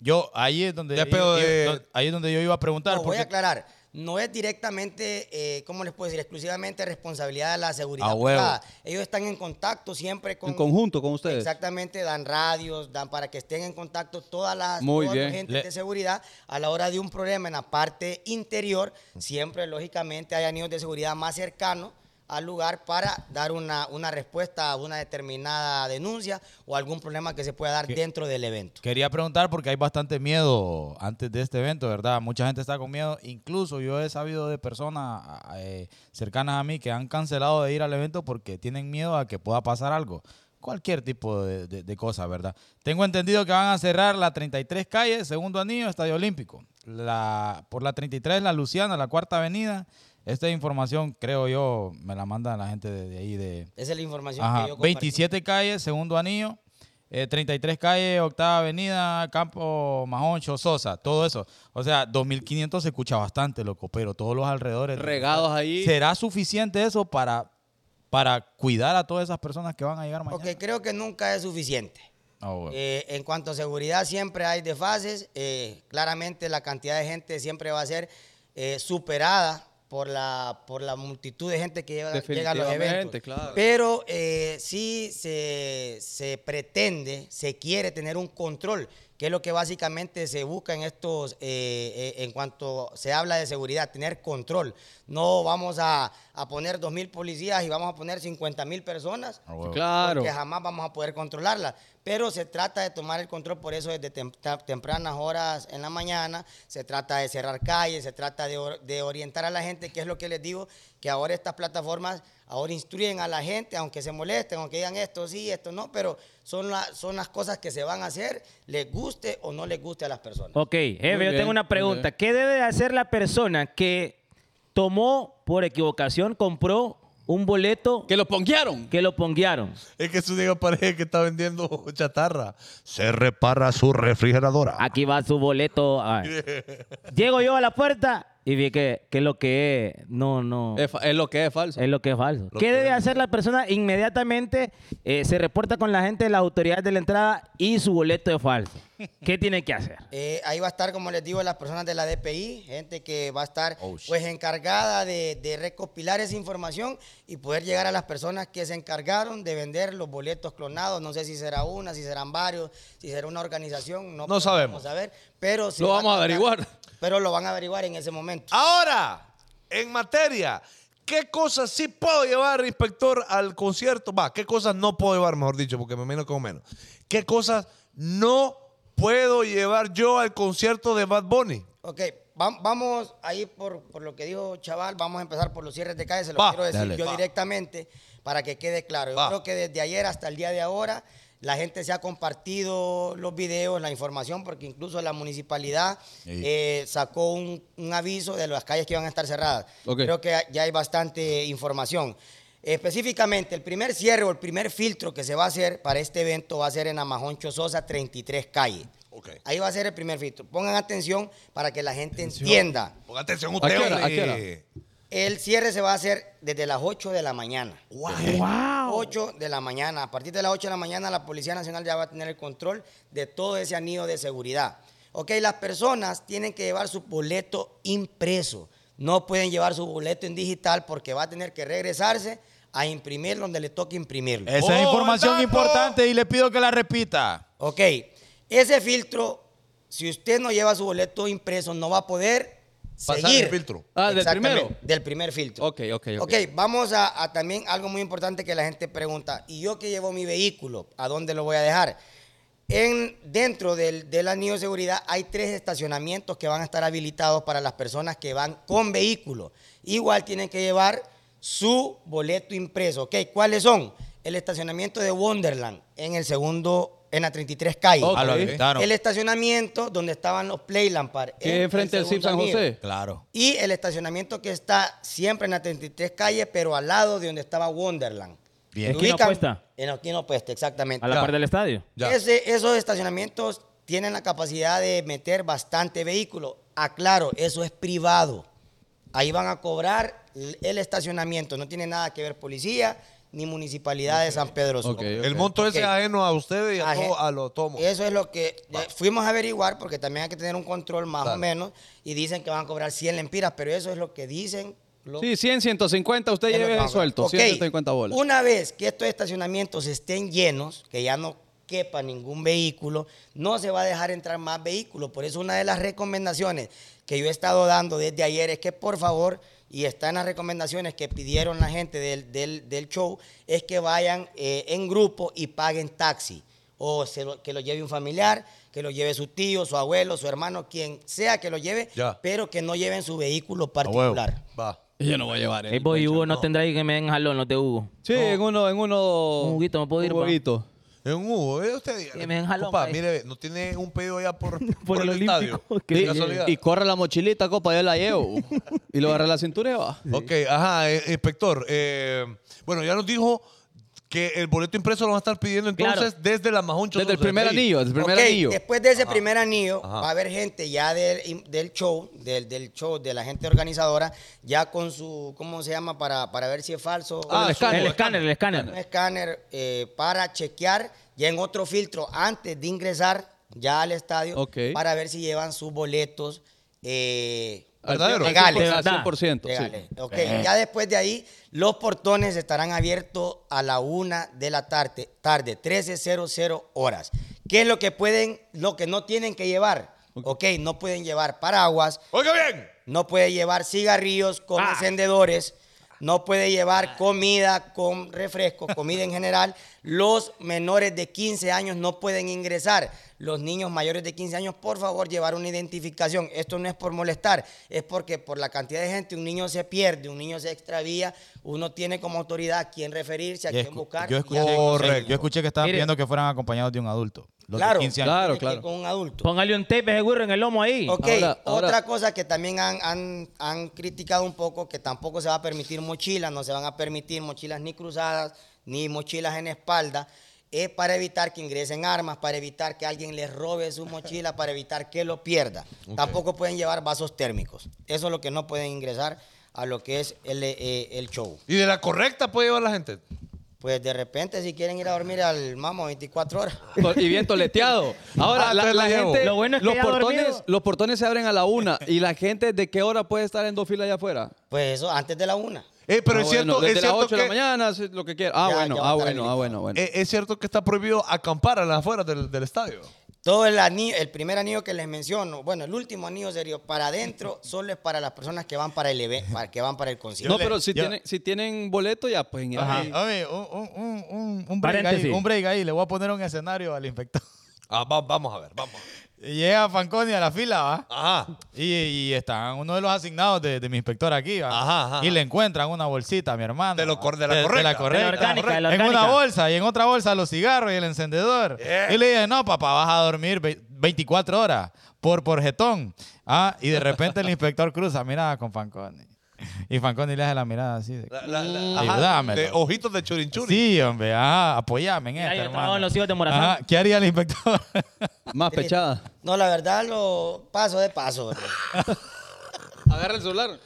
S2: Yo, ahí es donde,
S4: Ya, pero
S2: yo- yo-
S4: de-
S2: don- ahí es donde yo iba a preguntar.
S7: No, voy
S2: porque-
S7: a aclarar. no es directamente, eh, ¿cómo les puedo decir? Exclusivamente responsabilidad de la seguridad
S8: A huevo.
S7: privada. Ellos están en contacto siempre con...
S8: En conjunto con ustedes.
S7: Exactamente, dan radios, dan para que estén en contacto todas las
S8: Muy
S7: todos los
S8: bien.
S7: agentes
S2: Le-
S7: de seguridad a la hora de un problema en la parte interior. Siempre, lógicamente, hay anillos de seguridad más cercanos al lugar para dar una, una respuesta a una determinada denuncia o algún problema que se pueda dar dentro del evento.
S2: Quería preguntar porque hay bastante miedo antes de este evento, ¿verdad? Mucha gente está con miedo. Incluso yo he sabido de personas eh, cercanas a mí que han cancelado de ir al evento porque tienen miedo a que pueda pasar algo. Cualquier tipo de, de- de cosa, ¿verdad? Tengo entendido que van a cerrar la 33 calle, segundo anillo, Estadio Olímpico. La, por la 33, la Luciana, la cuarta avenida. Esta información, creo yo, me la mandan la gente de, de ahí de,
S7: Esa es la información
S2: Ajá,
S7: que yo compartí.
S2: 27 calles, segundo anillo, eh, 33 calles, octava avenida, Campo Mahón, Sosa, todo eso. O sea, 2500 se escucha bastante, loco, pero todos los alrededores.
S8: Regados ahí.
S2: ¿Será suficiente eso para, para cuidar a todas esas personas que van a llegar mañana?
S7: Ok, creo que nunca es suficiente.
S2: Ah, bueno.
S7: Eh, en cuanto a seguridad, siempre hay desfases. Eh, claramente la cantidad de gente siempre va a ser eh, superada por la, por la multitud de gente que lleva- llega a los eventos.
S8: Definitivamente, claro.
S7: Pero eh, sí se, se pretende, se quiere tener un control, que es lo que básicamente se busca en estos, eh, eh, en cuanto se habla de seguridad, tener control. No vamos a, a poner 2.000 policías y vamos a poner 50.000 personas
S2: Ah, bueno.
S8: claro.
S7: porque jamás vamos a poder controlarla. Pero se trata de tomar el control, por eso desde tem- ta- tempranas horas en la mañana, se trata de cerrar calles, se trata de, or- de orientar a la gente, que es lo que les digo, que ahora estas plataformas ahora instruyen a la gente, aunque se molesten, aunque digan esto sí, esto no, pero son, la- son las cosas que se van a hacer, les guste o no les guste a las personas.
S5: Ok, jefe,
S8: Muy
S5: yo
S8: bien,
S5: tengo una
S8: muy
S5: pregunta.
S8: bien.
S5: ¿Qué debe de hacer la persona que tomó por equivocación, compró un boleto
S8: Que lo ponquearon.
S5: que lo ponguearon?
S4: Es que su Diego Pareja que está vendiendo chatarra. Se repara su refrigeradora.
S5: Aquí va su boleto. Ay. Llego yo a la puerta y vi que, que lo que es, no, no,
S8: Es, fa- es lo que es falso.
S5: es lo que es falso. ¿Qué debe hacer la persona? Inmediatamente eh, se reporta con la gente de las autoridades de la entrada y su boleto es falso. ¿Qué tiene que hacer?
S7: Eh, ahí va a estar, como les digo, las personas de la DPI, gente que va a estar
S8: Oh,
S7: pues encargada de, de recopilar esa información y poder llegar a las personas que se encargaron de vender los boletos clonados. No sé si será una, si serán varios, si será una organización. No, podemos
S4: sabemos.
S7: saber, pero sí
S8: Lo
S7: va
S8: vamos a
S7: tratar-
S8: averiguar.
S7: Pero lo van a averiguar en ese momento.
S4: Ahora, en materia, ¿qué cosas sí puedo llevar, inspector, al concierto? Va, ¿qué cosas no puedo llevar, mejor dicho, porque me menos como menos? ¿Qué cosas no puedo llevar yo al concierto de Bad Bunny?
S7: Ok, vam- vamos ahí por, por lo que dijo Chaval, vamos a empezar por los cierres de calle, se lo
S4: Va,
S7: quiero decir
S4: dale.
S7: yo
S4: Va.
S7: directamente para que quede claro. Yo
S4: Va.
S7: creo que desde ayer hasta el día de ahora la gente se ha compartido los videos, la información, porque incluso la municipalidad
S2: Sí.
S7: eh, sacó un, un aviso de las calles que iban a estar cerradas.
S8: Ok.
S7: Creo que ya hay bastante información. Específicamente, el primer cierre o el primer filtro que se va a hacer para este evento va a ser en Amajón Chososa 33 Calle.
S4: Ok.
S7: Ahí va a ser el primer filtro. Pongan atención para que la gente entienda.
S4: Ponga atención
S8: qué
S4: usted,
S8: hora?
S4: hombre.
S8: ¿A qué
S7: El cierre se va a hacer desde las 8 de la mañana.
S4: Guay.
S7: 8 de la mañana. A partir de las 8 de la mañana la Policía Nacional ya va a tener el control de todo ese anillo de seguridad. Ok, las personas tienen que llevar su boleto impreso. No pueden llevar su boleto en digital porque va a tener que regresarse a imprimir donde le toque imprimirlo.
S2: Esa es
S4: ¡Oh,
S2: información
S4: Orlando!
S2: importante y le pido que la repita.
S7: Ok, ese filtro, si usted no lleva su boleto impreso, no va a poder
S4: Pasar
S7: seguir.
S4: el filtro.
S8: Ah, ¿del
S7: Exactamente,
S8: primero?
S7: Del primer filtro.
S8: Ok, ok, ok.
S7: Ok, vamos a, a también algo muy importante que la gente pregunta. ¿Y yo que llevo mi vehículo? ¿A dónde lo voy a dejar? En, dentro del, del anillo de seguridad hay tres estacionamientos que van a estar habilitados para las personas que van con vehículo. Igual tienen que llevar su boleto impreso. ¿ok? ¿Cuáles son? El estacionamiento de Wonderland en el segundo, en la 33 calle.
S8: Ok.
S2: Ah, lo habilitaron.
S7: El estacionamiento donde estaban los Playland Park.
S8: Que
S7: en
S8: es frente
S7: el
S8: al CIP
S7: segundo
S8: San
S7: anillo.
S8: José.
S2: Claro.
S7: Y el estacionamiento que está siempre en la 33 calle, pero al lado de donde estaba Wonderland.
S2: Bien.
S7: ¿Se
S5: Esquina
S7: ubican?
S5: opuesta.
S7: En la esquina opuesta, exactamente.
S5: A la par del estadio.
S4: Ya.
S7: Ese- esos estacionamientos tienen la capacidad de meter bastante vehículo. Aclaro, eso es privado. Ahí van a cobrar l- el estacionamiento. No tiene nada que ver policía, ni municipalidad de San Pedro Sur.
S2: Ok, ok.
S4: El monto ese
S7: Ok.
S4: ajeno a ustedes y a,
S7: Aje-
S4: todo- a lo tomo.
S7: Eso es lo que eh, fuimos a averiguar, porque también hay que tener un control más o menos, y dicen que van a cobrar 100 lempiras, pero eso es lo que dicen. los-
S3: Sí, 100, 150, usted
S7: es lo que van
S3: lleve
S7: a
S3: suelto,
S7: cobrar. Ok,
S3: 150 bolas.
S7: Una vez que estos estacionamientos estén llenos, que ya no quepa ningún vehículo, no se va a dejar entrar más vehículos. Por eso una de las recomendaciones que yo he estado dando desde ayer es que por favor, y están las recomendaciones que pidieron la gente del, del- del show, es que vayan eh, en grupo y paguen taxi. O se lo- que lo lleve un familiar, que lo lleve su tío, su abuelo, su hermano, quien sea que lo lleve,
S4: Ya.
S7: pero que no lleven su
S4: A huevo.
S7: vehículo particular.
S4: Va.
S2: Yo no voy a llevar
S5: Hey, boy, Hugo, no, tendrá ahí que me den jalón los de Hugo.
S3: Sí, en uno, en uno.
S5: Un juguito, ¿me puedo ir,
S3: Un
S5: pa?
S3: juguito.
S4: Es un Hugo, ¿eh? Usted diga.
S5: Que me den jalón,
S4: Compa,
S5: pa' ahí.
S4: mire, no tiene un pedido allá por, por,
S5: el
S4: el,
S5: Olímpico,
S4: estadio.
S5: que
S4: De
S5: le
S4: casualidad.
S3: Y corre la mochilita, copa, yo la llevo. y lo agarra la cintura y va.
S4: Ok, ajá, eh, inspector. eh, bueno, ya nos dijo que el boleto impreso lo van a estar pidiendo entonces desde la Mahón
S3: Desde el
S4: Chotos,
S3: primer
S4: ahí.
S3: anillo, desde el primer
S7: Ok,
S3: anillo.
S7: Después de ese primer anillo,
S4: Ajá.
S7: va a haber gente ya del, del show, del, del show, de la gente organizadora, ya con su, ¿cómo se llama? Para, para ver si es falso.
S3: Ah,
S7: o
S3: el
S7: su-
S3: escáner.
S5: El escáner, el
S7: Un
S5: escáner.
S7: escáner eh, para chequear ya en otro filtro antes de ingresar ya al estadio
S3: Ok.
S7: para ver si llevan sus boletos. eh,
S4: Verdadero.
S7: Legales.
S3: Al
S5: De
S3: 100%. sí.
S7: legales. Ok, ya después de ahí, los portones estarán abiertos a la una de la tarde, tarde 13.00 horas. ¿Qué es lo que pueden, lo que no tienen que llevar? Ok, no pueden llevar paraguas,
S4: Oiga bien.
S7: no puede llevar cigarrillos con
S5: Ah.
S7: encendedores, no puede llevar comida con refresco, comida en general. Los menores de 15 años no pueden ingresar. Los niños mayores de 15 años, por favor, llevar una identificación. Esto no es por molestar, es porque por la cantidad de gente un niño se pierde, un niño se extravía, uno tiene como autoridad a quién referirse, a quién buscar.
S2: yo
S7: y
S2: escuché,
S7: a quién
S4: Correcto.
S2: yo escuché que estaban
S5: Mire.
S2: pidiendo que fueran acompañados de un adulto. Los de
S7: Claro,
S2: 15 años.
S3: Claro,
S7: tiene que
S3: claro.
S7: ir Con un adulto.
S5: Póngale un tape ese güiro en el lomo ahí.
S7: Ok,
S3: Ahora- ahora-
S7: otra cosa que también han, han- han criticado un poco, que tampoco se va a permitir mochilas, no se van a permitir mochilas ni cruzadas, ni mochilas en espalda, es para evitar que ingresen armas, para evitar que alguien les robe su mochila, para evitar que lo pierda. Tampoco pueden llevar vasos térmicos. Eso es lo que no pueden ingresar a lo que es el, eh, el show.
S4: ¿Y de la correcta puede llevar la gente?
S7: Pues de repente, si quieren ir a dormir al mamo 24 horas.
S3: To- Y bien toleteado. Ahora,
S4: Ah,
S3: la,
S4: entonces
S3: la
S4: la llevo.
S3: gente.
S5: Lo bueno es que
S3: los,
S5: ya
S3: portones,
S5: dormido.
S3: los portones se abren a la una. ¿Y la gente de qué hora puede estar en dos filas allá afuera?
S7: Pues eso, antes de la una.
S4: Eh, pero
S3: Ah,
S4: es
S3: bueno,
S4: cierto,
S3: desde
S4: es cierto
S3: las 8
S4: que
S3: de la mañana, si- lo que quiera. Ah,
S7: Ya,
S3: bueno,
S7: ya va a
S3: ah,
S7: estar
S3: bueno, ah,
S7: habilitado.
S3: bueno, bueno.
S4: eh, es cierto que está prohibido acampar a las afueras del, del estadio.
S7: Todo el anillo, el primer anillo que les menciono, bueno, el último anillo serio, para adentro solo es para las personas que van para el evento, para que van para el concierto.
S3: no,
S2: le-
S3: pero si,
S2: yo-
S3: tienen, si tienen boleto, ya pueden ir. ahí.
S2: Oye, oye, un, un- un- un- un break ahí,
S5: Paréntesis.
S2: un break ahí. Le voy a poner un escenario al inspector.
S4: Ah, va- vamos a ver, vamos.
S2: Y Llega Fanconi a la fila, ¿va?
S4: Ajá.
S2: Y, y está uno de los asignados de, de mi inspector aquí, ¿va?
S4: Ajá, ajá.
S2: Y le encuentran una bolsita a mi hermano.
S4: De lo
S2: ¿va?
S4: cor- de la correcta.
S5: De la orgánica, de la
S2: En una
S5: orgánica.
S2: bolsa y en otra bolsa los cigarros y el encendedor.
S4: Yeah.
S2: Y le dije, no, papá, vas a dormir ve- 24 horas por, por jetón. Ah, y de repente el inspector cruza mirada con Fanconi. Y Fanconi le hace la mirada así. de-
S4: La- la- la- ajá,
S2: Ayúdamelo.
S4: de ojitos de churinchuri.
S2: Sí, hombre, ajá, apoyame en
S5: Mira, yo
S2: esto,
S5: trabajo
S2: hermano.
S5: en los hijos de Morazán.
S2: Ajá, ¿Qué haría el inspector?
S4: Eh,
S3: Más
S7: Triste.
S3: pechada.
S7: No, la verdad, lo paso de paso. bro.
S3: Agarra el celular.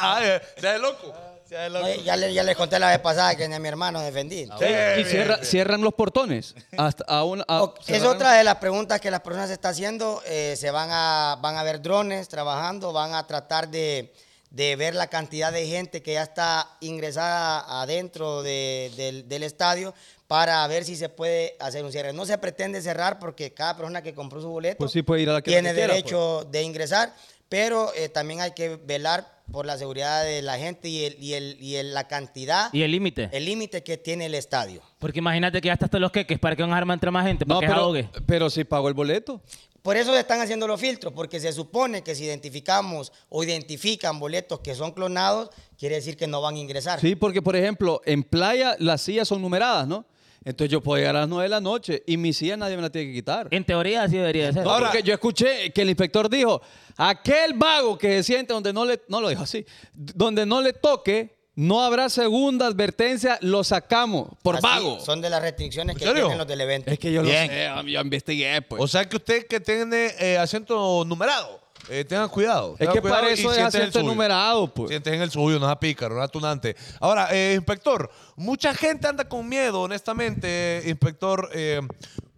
S4: Ah, eh, ya es loco. Ya es
S7: No, ya, le- ya les conté la vez pasada que ni a mi hermano defendí.
S3: y cierra- cierran los portones. Hasta a una, Ah, a-
S7: Ok, Es
S3: cerraron-
S7: otra de las preguntas que las personas se está haciendo. eh, se van a, van a ver drones trabajando, van a tratar de, de ver la cantidad de gente que ya está ingresada adentro de- del, del estadio para ver si se puede hacer un cierre. No se pretende cerrar porque cada persona que compró su boleto
S3: Pues sí, puede ir a la que
S7: tiene
S3: quiera, pues.
S7: derecho de ingresar, pero eh, también hay que velar por la seguridad de la gente y, el, y, el, y el- la cantidad,
S5: Y el límite.
S7: el límite que tiene el estadio.
S5: Porque imagínate que ya está hasta los queques para que van a armar entre más gente, para
S3: No,
S5: que se
S3: pero,
S5: ahogue.
S3: pero si pagó el boleto.
S7: Por eso se están haciendo los filtros, porque se supone que si identificamos o identifican boletos que son clonados, quiere decir que no van a ingresar.
S3: Sí, porque por ejemplo, en playa las sillas son numeradas, ¿no? Entonces yo puedo llegar a las 9 de la noche y mi silla nadie me la tiene que quitar.
S5: En teoría así debería de ser.
S3: No, porque yo escuché que el inspector dijo, aquel vago que se siente donde no le, no lo dijo así, donde no le toque, no habrá segunda advertencia, lo sacamos por
S7: Así
S3: vago.
S7: Son de las restricciones que
S4: ¿En serio?
S7: tienen los del evento.
S3: Es que yo
S2: Bien.
S3: lo sé, yo investigué pues.
S4: O sea que usted que tiene eh, acento numerado, Eh, tengan cuidado.
S8: Es
S4: tengan
S8: que
S4: cuidado
S8: para
S4: y
S8: eso es
S4: sienten el
S8: asiento
S4: suyo.
S8: enumerado, pues.
S4: Sienten en el suyo, no es a pícaro, no es atunante. Ahora, eh, inspector, mucha gente anda con miedo, honestamente, inspector, eh,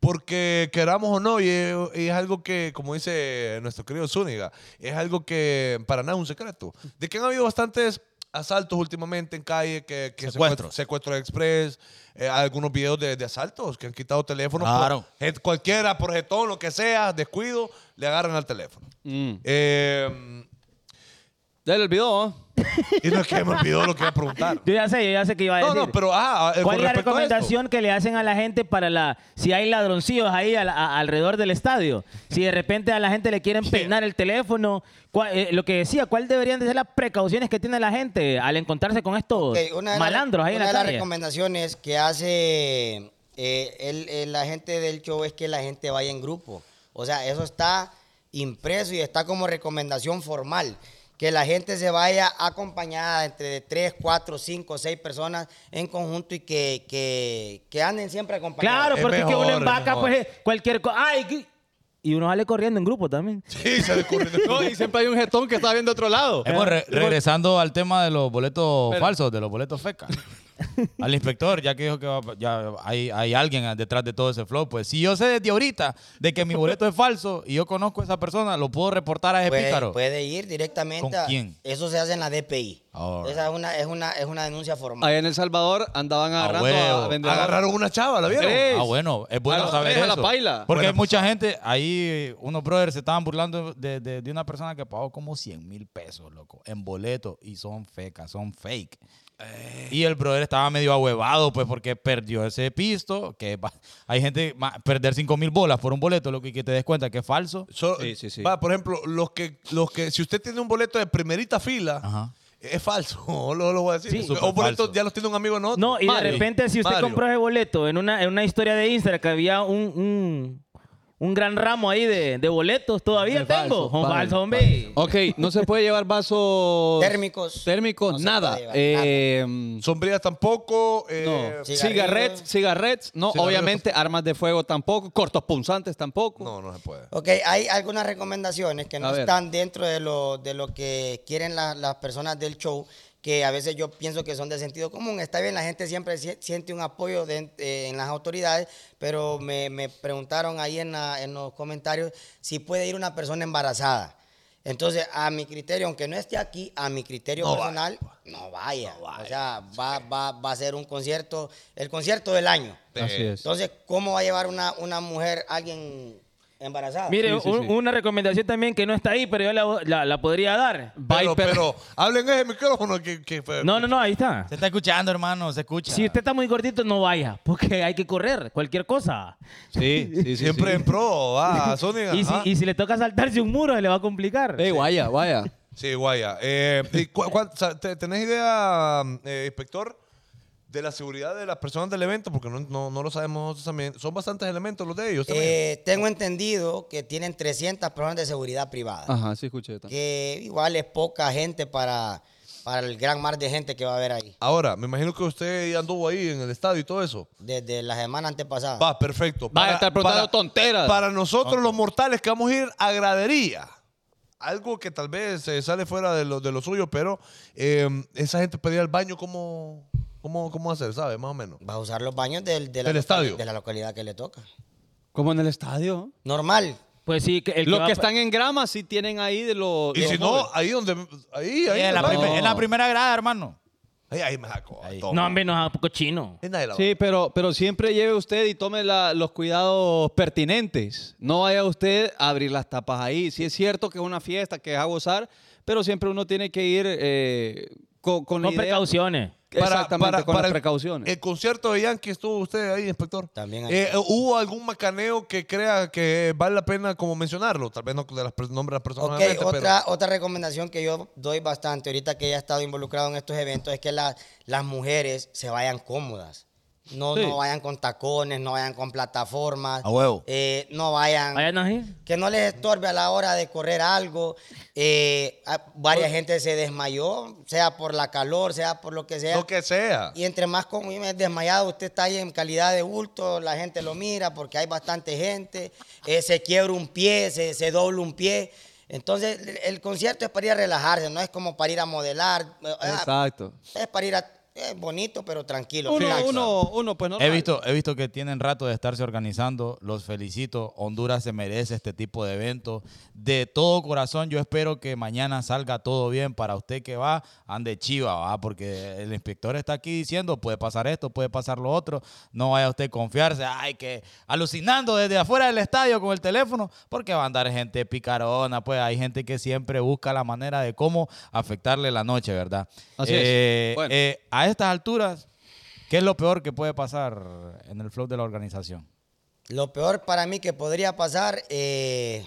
S4: porque queramos o no, y, es- y es algo que, como dice nuestro querido Zúñiga, es algo que para nada es un secreto. De que han habido bastantes asaltos últimamente en calle, que, que
S2: Secuestros.
S4: secuestros. secuestro express, eh, algunos videos de, de asaltos que han quitado teléfonos. por-
S2: Claro.
S4: eh, cualquiera, por jetón, lo que sea, descuido, le agarran al teléfono.
S8: Mm.
S4: Eh,
S8: Dale el video, ¿no?
S4: y no es que me olvidó lo que iba a preguntar.
S5: Yo ya sé, yo ya sé que iba a
S4: No,
S5: decir.
S4: no, pero ah, eh,
S5: ¿Cuál
S4: con
S5: es
S4: respecto
S5: la
S4: a
S5: recomendación que le hacen a la gente para la si hay ladroncillos ahí al- a- alrededor del estadio? Si de repente a la gente le quieren peinar el teléfono, ¿cuál- eh, lo que decía, ¿cuál deberían de ser las precauciones que tiene la gente al encontrarse con estos
S7: Ok, una de las-
S5: malandros ahí en
S7: una
S5: la
S7: de las
S5: calle?
S7: recomendaciones que hace eh, el, el- la gente del show es que la gente vaya en grupo. O sea, eso está impreso y está como recomendación formal. Que la gente se vaya acompañada entre 3, 4, 5, 6 personas en conjunto y que, que, que anden siempre acompañados.
S5: Claro,
S4: Es
S5: porque es que
S4: mejor,
S5: uno en
S4: es
S5: vaca,
S4: mejor.
S5: pues eh, cualquier cosa. ¡Ay! que- Y uno sale corriendo en grupo también.
S4: esto? Sí, se le ocurrió.
S8: No, y siempre hay un jetón que está viendo otro lado.
S2: Eh, pues, re- regresando al tema de los boletos
S8: Pero-
S2: falsos, de los boletos fecas. al inspector, ya que dijo que va- ya hay, hay alguien detrás de todo ese flow, pues si yo sé desde ahorita de que mi boleto es falso y yo conozco a esa persona, lo puedo reportar a ese
S7: Puede,
S2: pícaro.
S7: puede ir directamente
S2: ¿Con
S7: a-
S2: quién?
S7: Eso se hace en la DPI.
S2: All right.
S7: Esa es una, es, una, es una denuncia formal.
S8: Allá en El Salvador andaban agarrando
S2: huevo.
S8: a vendedores.
S4: Agarraron una chava, ¿la vieron?
S8: Tres.
S2: Ah, bueno, es bueno
S8: A los
S2: saber
S8: tres a la
S2: eso.
S8: paila.
S2: Porque
S4: Buena
S2: hay mucha gente, ahí unos brothers se estaban burlando de, de- de una persona que pagó como 100 mil pesos, loco, en boleto y son fecas, son fake. Y el brother estaba medio ahuevado, pues, porque perdió ese pisto. Que va- hay gente, ma- perder 5 mil bolas por un boleto, lo que, que te des cuenta que es falso.
S4: So-
S8: Sí, sí, sí.
S4: Va, por ejemplo, los que, los que, si usted tiene un boleto de primerita fila,
S2: Ajá.
S4: es falso, lo, lo voy a decir.
S5: Sí.
S2: Súper
S4: o boletos
S2: falso.
S4: ya los tiene un amigo, ¿no?
S5: No, y de repente, si usted
S4: Mario.
S5: compró ese boleto en una, en una historia de Instagram que había un, un, un gran ramo ahí de, de boletos, todavía
S8: Es falso,
S5: tengo. Son
S8: falso,
S5: falsos, hombre.
S8: Ok, no se puede llevar vasos
S7: Térmicos.
S8: Térmicos,
S7: No se
S8: nada.
S7: puede llevar
S8: Eh,
S4: Sombrillas tampoco. eh,
S8: no,
S7: Sí.
S8: cigarrettes, cigarrettes, no,
S4: Cigarrillos.
S8: obviamente armas de fuego tampoco, cortos punzantes tampoco.
S4: No, no se puede.
S7: Ok, hay algunas recomendaciones que
S8: A
S7: no
S8: ver.
S7: están dentro de lo, de lo que quieren la- las personas del show, que a veces yo pienso que son de sentido común. Está bien, la gente siempre si- siente un apoyo de- eh, en las autoridades, pero me, me preguntaron ahí en, la- en los comentarios si puede ir una persona embarazada. Entonces, a mi criterio, aunque no esté aquí, a mi criterio personal, no, vaya. O sea, va, va, va a ser un concierto, el concierto del año.
S4: eh,
S8: Así es.
S7: Entonces, ¿cómo va a llevar una, una mujer a alguien embarazada?
S5: Mire,
S8: Sí, sí,
S5: un-
S8: sí.
S5: una recomendación también que no está ahí, pero yo la, la- la podría dar.
S4: Pero,
S8: Viper.
S4: pero, hablen ese micrófono que, que fue-
S5: No, no, no, ahí está.
S2: Se está escuchando, hermano, se escucha.
S5: Si usted está muy gordito, no vaya, porque hay que correr, cualquier cosa.
S8: Sí, sí, sí.
S4: siempre
S8: sí.
S4: en pro, va, Zúñiga,
S5: Y si,
S4: ajá.
S5: y si le toca saltarse un muro, se le va a complicar.
S8: Ey, vaya, vaya.
S4: Sí, guaya. Eh, ¿y cu- cuán- sa- te- ¿Tenés idea, eh, inspector, de la seguridad de las personas del evento? Porque no, no, no lo sabemos nosotros también. Son bastantes elementos los de ellos también.
S7: Eh, tengo entendido que tienen 300 personas de seguridad privada,
S8: Ajá, sí escuché. también.
S7: que igual es poca gente para, para el gran mar de gente que va a haber ahí,
S4: Ahora, me imagino que usted ya anduvo ahí en el estadio y todo eso.
S7: desde la semana antepasada.
S4: Va, perfecto.
S8: Vaya a estar preguntando
S4: para-
S8: tonteras.
S4: Para nosotros los mortales que vamos a ir a gradería. Algo que tal vez eh, sale fuera de lo, de lo suyo, pero eh, esa gente pedía al baño, ¿cómo, cómo, ¿cómo hacer? ¿Sabes? Más o menos.
S7: Va a usar los baños del, de la
S4: Del
S7: local-
S4: estadio.
S7: de la localidad que le toca.
S8: Como en el estadio.
S7: Normal.
S5: Pues sí, que el
S8: Los
S5: va-
S8: que están en grama sí tienen ahí de los.
S4: Y
S8: los
S4: si
S8: jóvenes.
S4: no, ahí donde. Ahí,
S2: Sí,
S4: ahí.
S2: en, la
S4: ¿verdad?
S2: primer-
S8: No.
S2: en la primera grada, hermano.
S4: Ahí, ahí me sacó.
S2: Ahí.
S4: toma.
S5: No, hombre, no, poco chino.
S4: Es nadie la
S8: Sí, pero, pero siempre lleve usted y tome la- los cuidados pertinentes. No vaya usted a abrir las tapas ahí. Sí es cierto que es una fiesta, que es a gozar, pero siempre uno tiene que ir eh, con, con la
S5: Con
S8: idea-
S5: precauciones.
S8: Exactamente, con las
S4: el-
S8: precauciones.
S4: El concierto de Yankee estuvo usted ahí, inspector.
S7: También ahí.
S4: Eh, ¿Hubo algún macaneo que crea que vale la pena como mencionarlo? Tal vez no de las pers- nombres de las personas.
S7: Ok,
S4: obviamente, pero-
S7: otra, otra recomendación que yo doy bastante ahorita que ya he estado involucrado en estos eventos es que la- las mujeres se vayan cómodas. No,
S8: Sí.
S7: no vayan con tacones, no vayan con plataformas.
S2: A huevo.
S7: Eh, no vayan.
S5: Allá no así.
S7: que no les estorbe a la hora de correr algo. Eh, a- varias
S2: Pues
S7: gente se desmayó, sea por la calor, sea por lo que sea.
S4: Lo que sea.
S7: Y entre más con desmayado, usted está ahí en calidad de bulto, la gente lo mira porque hay bastante gente, eh, se quiebra un pie, se, se dobla un pie. Entonces, el- el concierto es para ir a relajarse, no es como para ir a modelar. Ah,
S3: Exacto.
S7: Es para ir a. Es bonito, pero tranquilo.
S3: Uno,
S7: relax.
S3: uno, uno, pues no.
S2: He visto, he visto que tienen rato de estarse organizando. Los felicito. Honduras se merece este tipo de eventos. De todo corazón, yo espero que mañana salga todo bien. Para usted que va, ande chiva, ¿va? porque el inspector está aquí diciendo, puede pasar esto, puede pasar lo otro. No vaya usted a confiarse. Ay, que alucinando desde afuera del estadio con el teléfono, porque va a andar gente picarona. Pues hay gente que siempre busca la manera de cómo afectarle la noche, ¿verdad?
S3: Así es.
S2: Eh,
S3: Bueno.
S2: eh, a estas alturas, ¿Qué es lo peor que puede pasar en el flow de la organización?
S7: Lo peor para mí que podría pasar, eh,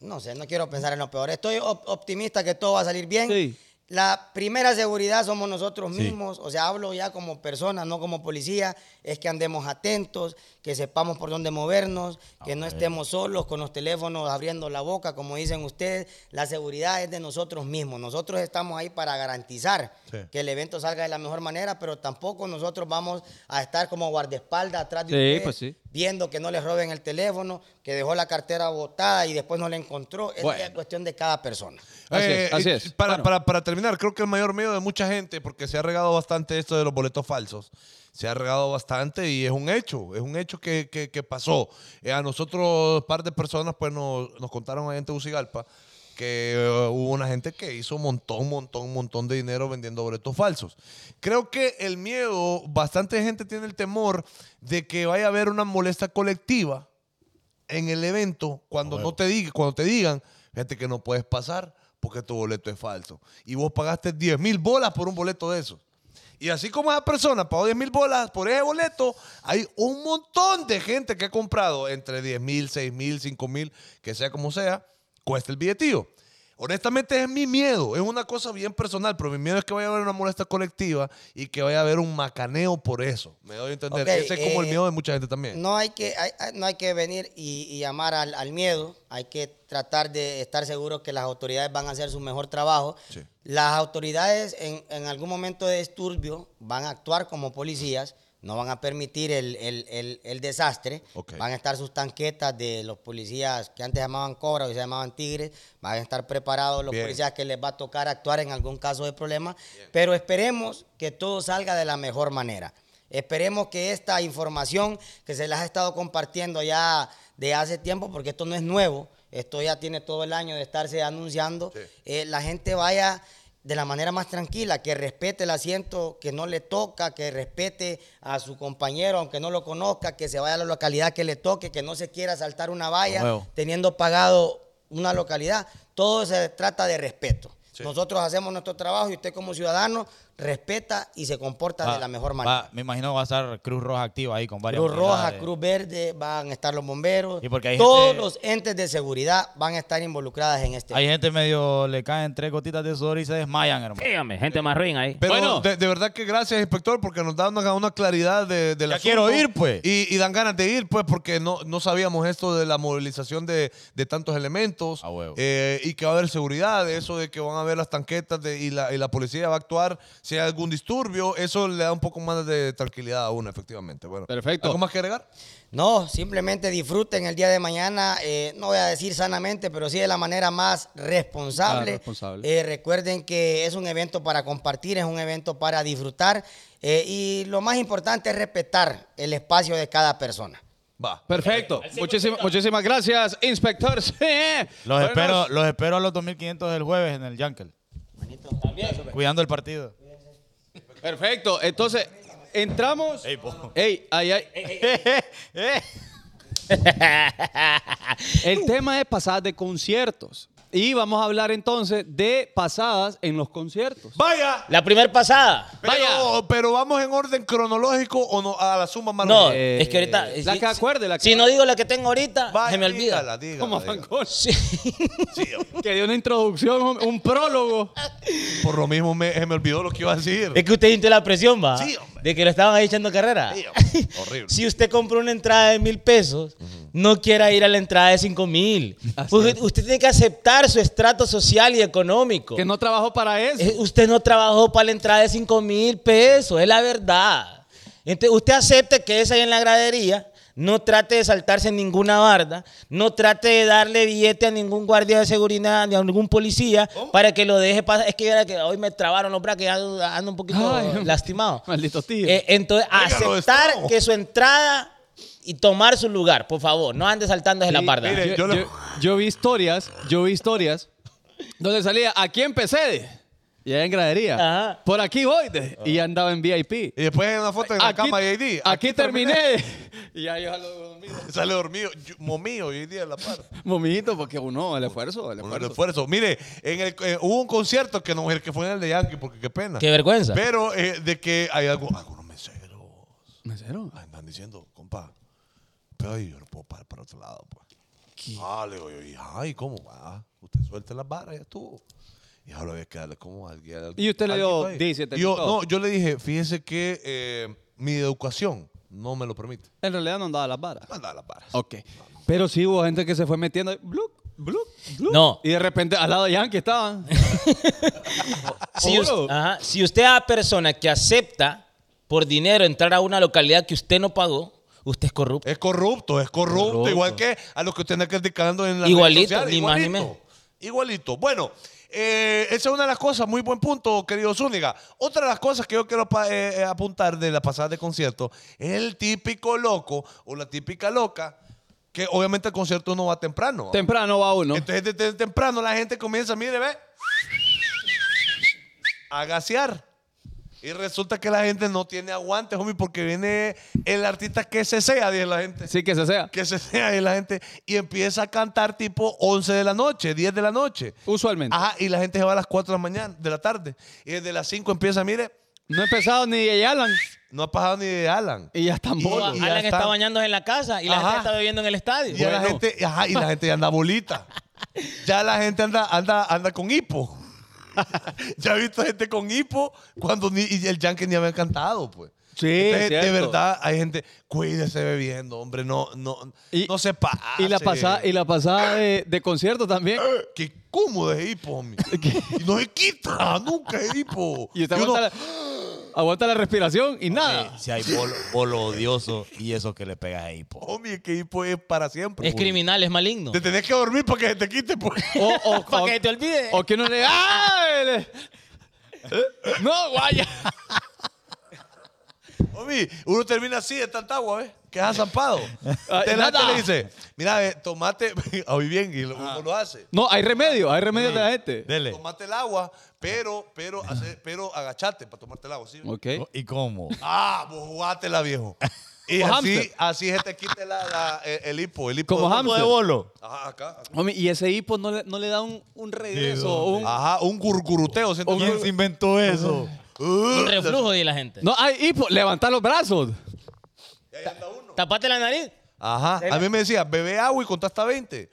S7: no sé, no quiero pensar en lo peor. Estoy op- optimista que todo va a salir bien.
S3: Sí.
S7: La primera seguridad somos nosotros
S2: Sí.
S7: mismos, o sea, hablo ya como personas, no como policía, es que andemos atentos, que sepamos por dónde movernos, que no estemos solos con los teléfonos abriendo la boca, como dicen ustedes, la seguridad es de nosotros mismos, nosotros estamos ahí para garantizar
S4: Sí.
S7: que el evento salga de la mejor manera, pero tampoco nosotros vamos a estar como guardaespaldas atrás de
S3: Sí,
S7: ustedes,
S3: pues sí.
S7: viendo que no les roben el teléfono, que dejó la cartera botada y después no la encontró. Es
S3: Bueno.
S7: ya cuestión de cada persona.
S3: Así es, así es.
S4: Eh, Para,
S3: Bueno.
S4: para- para terminar, creo que el mayor miedo de mucha gente, porque se ha regado bastante esto de los boletos falsos, se ha regado bastante y es un hecho, es un hecho que, que- que pasó. Eh, a nosotros, un par de personas, pues nos, nos contaron ahí en Tegucigalpa que eh, hubo una gente que hizo montón, montón, montón de dinero vendiendo boletos falsos. Creo que el miedo, bastante gente tiene el temor de que vaya a haber una molestia colectiva en el evento cuando no te diga, cuando te digan, fíjate que no puedes pasar porque tu boleto es falso. Y vos pagaste 10 mil bolas por un boleto de esos. Y así como esa persona pagó 10 mil bolas por ese boleto, hay un montón de gente que ha comprado entre 10 mil, 6 mil, 5 mil, que sea como sea, cuesta el billetillo. Honestamente es mi miedo, es una cosa bien personal, pero mi miedo es que vaya a haber una molestia colectiva y que vaya a haber un macaneo por eso. Me doy a entender.
S7: Ok,
S4: Ese es como el
S7: eh,
S4: miedo de mucha gente también.
S7: No hay que, hay- hay- no hay que venir y, y llamar al, al miedo, hay que tratar de estar seguros que las autoridades van a hacer su mejor trabajo.
S4: Sí.
S7: Las autoridades en, en algún momento de disturbio van a actuar como policías, no van a permitir el, el- el- el desastre,
S4: Ok.
S7: van a estar sus tanquetas de los policías que antes llamaban cobra, hoy se llamaban tigres, van a estar preparados los
S4: Bien.
S7: policías que les va a tocar actuar en algún caso de problema, pero esperemos que todo salga de la mejor manera. Esperemos que esta información que se las ha estado compartiendo ya de hace tiempo, porque esto no es nuevo, esto ya tiene todo el año de estarse anunciando, eh, la gente vaya de la manera más tranquila, que respete el asiento que no le toca, que respete a su compañero aunque no lo conozca, que se vaya a la localidad que le toque, que no se quiera saltar una valla
S2: Huevo.
S7: teniendo pagado una localidad. Todo se trata de respeto. Nosotros hacemos nuestro trabajo y usted como ciudadano respeta y se comporta
S2: Va-
S7: Ah, de la mejor
S2: va-
S7: manera.
S2: me imagino va a estar Cruz Roja activa ahí con varias.
S7: Cruz Roja,
S2: unidades.
S7: Cruz Verde, van a estar los bomberos.
S2: Y porque hay
S7: Todos
S2: gente-
S7: los entes de seguridad van a estar involucradas en este.
S2: Hay gente medio le caen tres gotitas de sudor y se desmayan, hermano.
S5: Dígame, gente más ruin ahí.
S4: Pero
S3: Bueno.
S4: de, de verdad que gracias, inspector, porque nos dan una, una claridad de, de la.
S2: Ya quiero ir, pues.
S4: Y, y dan ganas de ir, pues, porque no, no sabíamos esto de la movilización de, de tantos elementos.
S2: A huevo.
S4: Eh, y que va a haber seguridad, de eso de que van a haber las tanquetas de- y, la, y la policía va a actuar si hay algún disturbio. Eso le da un poco más de tranquilidad a uno, efectivamente. Bueno,
S3: Perfecto.
S4: ¿Algo más que agregar?
S7: No, simplemente disfruten el día de mañana, eh, no voy a decir sanamente, pero sí de la manera más responsable.
S3: Ah, responsable.
S7: Eh, recuerden que es un evento para compartir, es un evento para disfrutar eh, y lo más importante es respetar el espacio de cada persona.
S4: Va.
S3: Perfecto. Muchísima- muchísimas gracias, inspector. Sí.
S2: Los,
S3: Bueno,
S2: espero, los espero a los 2500 del jueves en el Yankel. Cuidando el partido.
S3: Perfecto. Entonces, entramos.
S2: Ey, po.
S3: Ey, ay, ay. Eh. El tema es pasadas de conciertos. Y vamos a hablar entonces de pasadas en los conciertos.
S4: Vaya.
S5: La primer pasada.
S4: Pero,
S3: Vaya.
S4: pero vamos en orden cronológico o no, a la suma más
S5: No,
S4: rápida?
S3: Eh,
S5: es que ahorita.
S3: la
S5: si-
S3: que acuerde, la que-
S5: Si no digo la que tengo ahorita,
S4: Vaya,
S5: se me olvida.
S4: dígala, dígala,
S3: Como
S4: dígala.
S3: Fancón.
S4: Sí,
S3: Que dio una introducción, un- un prólogo.
S5: Ah.
S4: por lo mismo me, se me olvidó lo que iba a decir.
S5: Es que usted sintió la presión, va.
S4: Sí, hombre.
S5: De que lo estaban ahí echando carrera.
S4: Sí, hombre. Horrible.
S5: si usted compró una entrada de mil pesos, no quiera ir a la entrada de cinco mil. Usted, usted tiene que aceptar su estrato social y económico.
S3: Que no trabajó para eso.
S5: Eh, Usted no trabajó para la entrada de 5 mil pesos, es la verdad. Ente- usted acepte que es ahí en la gradería, no trate de saltarse ninguna barda, no trate de darle billete a ningún guardia de seguridad ni a ningún policía para que lo deje pasar. Es que, era que hoy me trabaron los brazos, que ya ando ando un poquito
S3: Ay,
S5: lastimado.
S3: maldito tío.
S5: Eh, entonces,
S4: Oiga, lo
S5: aceptar
S4: destrabo.
S5: que su entrada y tomar su lugar, por favor, no ande saltándose la barda.
S4: mire,
S3: yo,
S4: yo lo-
S3: yo- yo vi historias, yo vi historias donde salía, aquí empecé, y allá en gradería.
S5: Ajá.
S3: Por aquí voy, de", y ya andaba en VIP.
S4: Y después hay una foto en la cama de JD.
S3: aquí, terminé. y ya yo lo
S4: Sale dormido. Yo- Momío, JD a la par.
S3: Momijito, porque uno, el esfuerzo, el
S4: Por el
S3: esfuerzo.
S4: esfuerzo. Mire, en el, eh, hubo un concierto que no que fue en el de Yankee, porque qué pena.
S5: Qué vergüenza.
S4: Pero eh, de que hay algo, algunos meseros
S3: ¿Mesero?
S4: andan diciendo, compa, pero yo no puedo parar para otro lado, pues. Ah, le digo yo, "Y, ay, ¿cómo va? Usted suelta las barras, ya estuvo. Y ahora voy a quedarle como alguien. al-
S3: Y usted le
S4: alguien
S3: dio
S4: va ahí".
S3: 17
S4: Y yo,
S3: minutos.
S4: No, yo le dije, fíjese que eh, mi educación no me lo permite.
S3: En realidad no andaba las varas.
S4: Manda las barras.
S3: Ok. Pero sí hubo gente que se fue metiendo. y Bluc, bluc, bluc.
S5: No.
S3: Y de repente al lado de Yankee estaban.
S5: Si, us-
S3: Oro.
S5: ajá, si usted es la persona que acepta por dinero entrar a una localidad que usted no pagó, usted es corrupto.
S4: Es corrupto, es corrupto, igual que a los que usted anda criticando en la
S5: Igualito, ni más ni menos.
S4: Igualito. Bueno, eh, esa es una de las cosas, muy buen punto, querido Zúñiga. Otra de las cosas que yo quiero pa- eh, eh, apuntar de la pasada de concierto es el típico loco o la típica loca, que obviamente el concierto uno va temprano.
S3: Temprano va uno.
S4: Entonces, desde temprano la gente comienza, mire, ve, a gasear. Y resulta que la gente no tiene aguante, homie, porque viene el artista que se sea, dice la gente
S3: Sí, que se sea.
S4: que se sea y la gente y empieza a cantar tipo 11 de la noche, 10 de la noche.
S3: Usualmente.
S4: Ajá, y la gente se va a las 4 de la mañana, de la tarde. Y desde las 5 empieza, mire,
S3: No he empezado ni de Alan.
S4: no ha pasado ni de Alan.
S3: Y ya están bolos.
S4: y ya
S5: Alan está
S4: está.
S5: bañándose en la casa y la
S4: Ajá.
S5: gente está bebiendo en el estadio.
S4: Y ya la gente, ajá, y la gente ya anda bolita. Ya la gente anda, anda, anda con hipo. ya he visto gente con hipo cuando ni, y el yankee ni había cantado, pues.
S3: Sí,
S4: Entonces, de
S3: cierto.
S4: verdad, hay gente, cuídese bebiendo, hombre, no, no,
S3: Y-
S4: no se pase.
S3: Y la pasada, y la pasada de, de concierto también.
S4: Qué cómodo es hipo, homie. Y no se quita nunca es hipo.
S3: Y usted
S4: Y uno-
S3: aguanta, la, aguanta la respiración y nada.
S2: Eh, Si hay bolo, bolo odioso y eso que le pegas ahí, po.
S4: homie, es que hipo es para siempre.
S5: es
S4: homie.
S5: criminal, es maligno.
S4: Te tenés que dormir para que se te quite, pues.
S3: O, o,
S5: Para
S3: o-
S5: que se te olvide.
S3: o que uno le. ¡Ay! Le- No, guaya.
S4: Homie, uno termina así de tanta agua, ¿ves? Que has zampado.
S3: Ay,
S4: Te la
S3: nada.
S4: le dice, mira, ve, tomate, hoy bien, y lo, uno lo hace.
S3: No, hay remedio, hay remedio de la gente.
S2: Dele.
S4: Tomate el agua, pero, pero, hace- pero agachate para tomarte el agua, ¿sí?
S3: Ok.
S2: ¿Y cómo?
S4: Ah, vos jugátela, viejo. Y
S3: Como
S4: así,
S3: hámster.
S4: así se te quita la- la- el, el hipo, el hipo.
S3: Como
S2: ¿Cómo de
S3: hámster.
S2: bolo?
S4: Ajá, acá. acá.
S3: Homie, y ese hipo no le, no le da un, un regreso. un-
S4: Ajá, un gurguruteo. siento
S2: ¿Quién
S4: yo.
S2: se inventó eso?
S5: Un reflujo de la gente.
S3: no hay hipo, levantar los brazos.
S5: Tapate la nariz.
S4: Ajá. A mí me decía, bebe agua y contá hasta 20.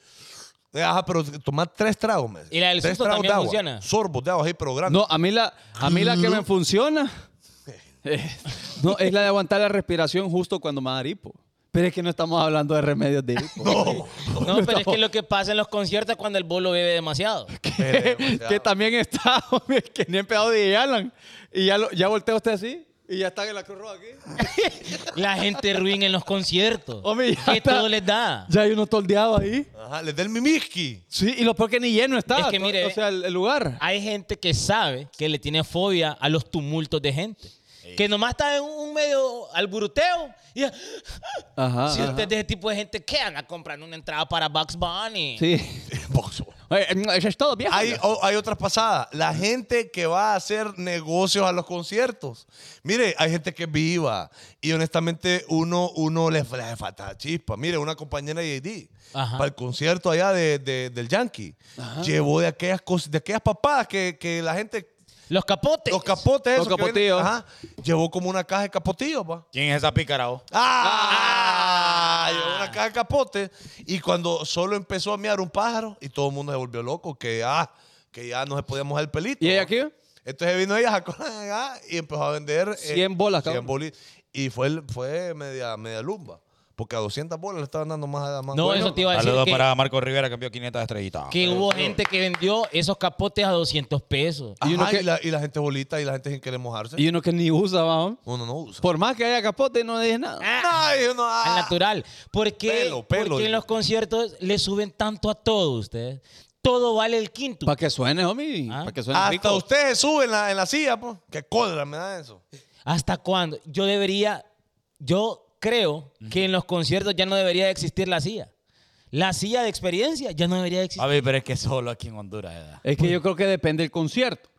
S4: Eh, Ajá, pero tomar tres tragos. me decía.
S5: Y la del
S4: tres
S5: susto
S4: tragos
S5: también
S4: de agua.
S5: funciona.
S4: Sorbos de agua, sí, pero grande.
S3: No, a mí la, a mí la que me funciona eh, no, es la de aguantar la respiración justo cuando me da hipo. Pero es que no estamos hablando de remedios de hipo.
S5: No, pero es que lo que pasa en los conciertos es cuando el bolo bebe demasiado.
S3: que, que también está, homie, que ni he empezado de Alan. Y ya, lo- ya voltea usted así y ya está en la cruz roja aquí.
S5: La gente ruin en los conciertos.
S3: Homie, ya
S5: ¿Qué
S3: está.
S5: todo les da?
S3: Ya hay uno toldeado ahí.
S4: Ajá, les da el mimiski.
S3: Sí, y lo peor que ni lleno está.
S5: Es que
S3: to-
S5: mire, ah,
S3: o sea, el, el lugar.
S5: Hay gente que sabe que le tiene fobia a los tumultos de gente. Que nomás está en un medio alburuteo. Y
S4: Ah,
S3: Ajá.
S5: si
S3: ajá.
S5: usted es de ese tipo de gente, ¿qué anda comprando una entrada para Bugs Bunny?
S3: Sí.
S4: Boxo.
S3: Oye, em, eso es todo, viejo.
S4: Hay, o- hay otras pasadas. La gente que va a hacer negocios a los conciertos. Mire, hay gente que es viva. Y honestamente, uno, uno le, le falta chispa. Mire, una compañera de JD,
S5: Ajá.
S4: para el concierto allá de- de- del Yankee, llevó de aquellas, cos- de aquellas papadas que, que la gente.
S5: Los capotes.
S4: Los capotes,
S3: Los
S4: esos que
S3: capotillos.
S4: vienen- ajá. Llevó como una caja de capotillos, pa.
S2: ¿Quién es esa picarao?
S4: ¡Ah! Llevó una caja de capote y cuando solo empezó a miar un pájaro y todo el mundo se volvió loco, que ah, que ya no se podía mojar el pelito.
S3: ¿Y ella
S4: ¿no?
S3: aquí?
S4: Entonces vino ella sacó la caja y empezó a vender eh,
S3: 100 bolas,
S4: 100
S3: cabrón.
S4: boli- y fue el- fue media media lumba. Porque a 200 bolas le estaban dando más a más
S5: No,
S4: bueno.
S5: eso te iba a decir
S2: Saludos
S5: que,
S2: para Marco Rivera, cambió 500 estrellitas.
S5: que hubo gente que vendió esos capotes a 200 pesos.
S4: Ajá,
S3: Y
S4: y,
S3: uno que-
S4: la, y la gente bolita y la gente sin querer mojarse.
S3: Y uno que ni usa, vamos.
S4: Uno no usa.
S3: Por más que haya capote, no dice nada.
S4: Ay, uno, ah.
S5: al natural. ¿Por qué,
S4: Pelo, pelo,
S5: por qué en
S4: digo.
S5: los conciertos le suben tanto a todo ustedes? Todo vale el quinto.
S3: Para que suene, homie.
S5: Ah.
S3: Para que suene
S4: Hasta
S3: rico.
S4: ustedes suben en la, en la silla, pues. Qué cólera me da eso.
S5: ¿Hasta cuándo? Yo debería, yo creo que en los conciertos ya no debería de existir la silla. La silla de experiencia ya no debería de existir.
S2: A ver, pero es que solo aquí en Honduras, ¿verdad?
S3: Es que yo creo que depende del concierto.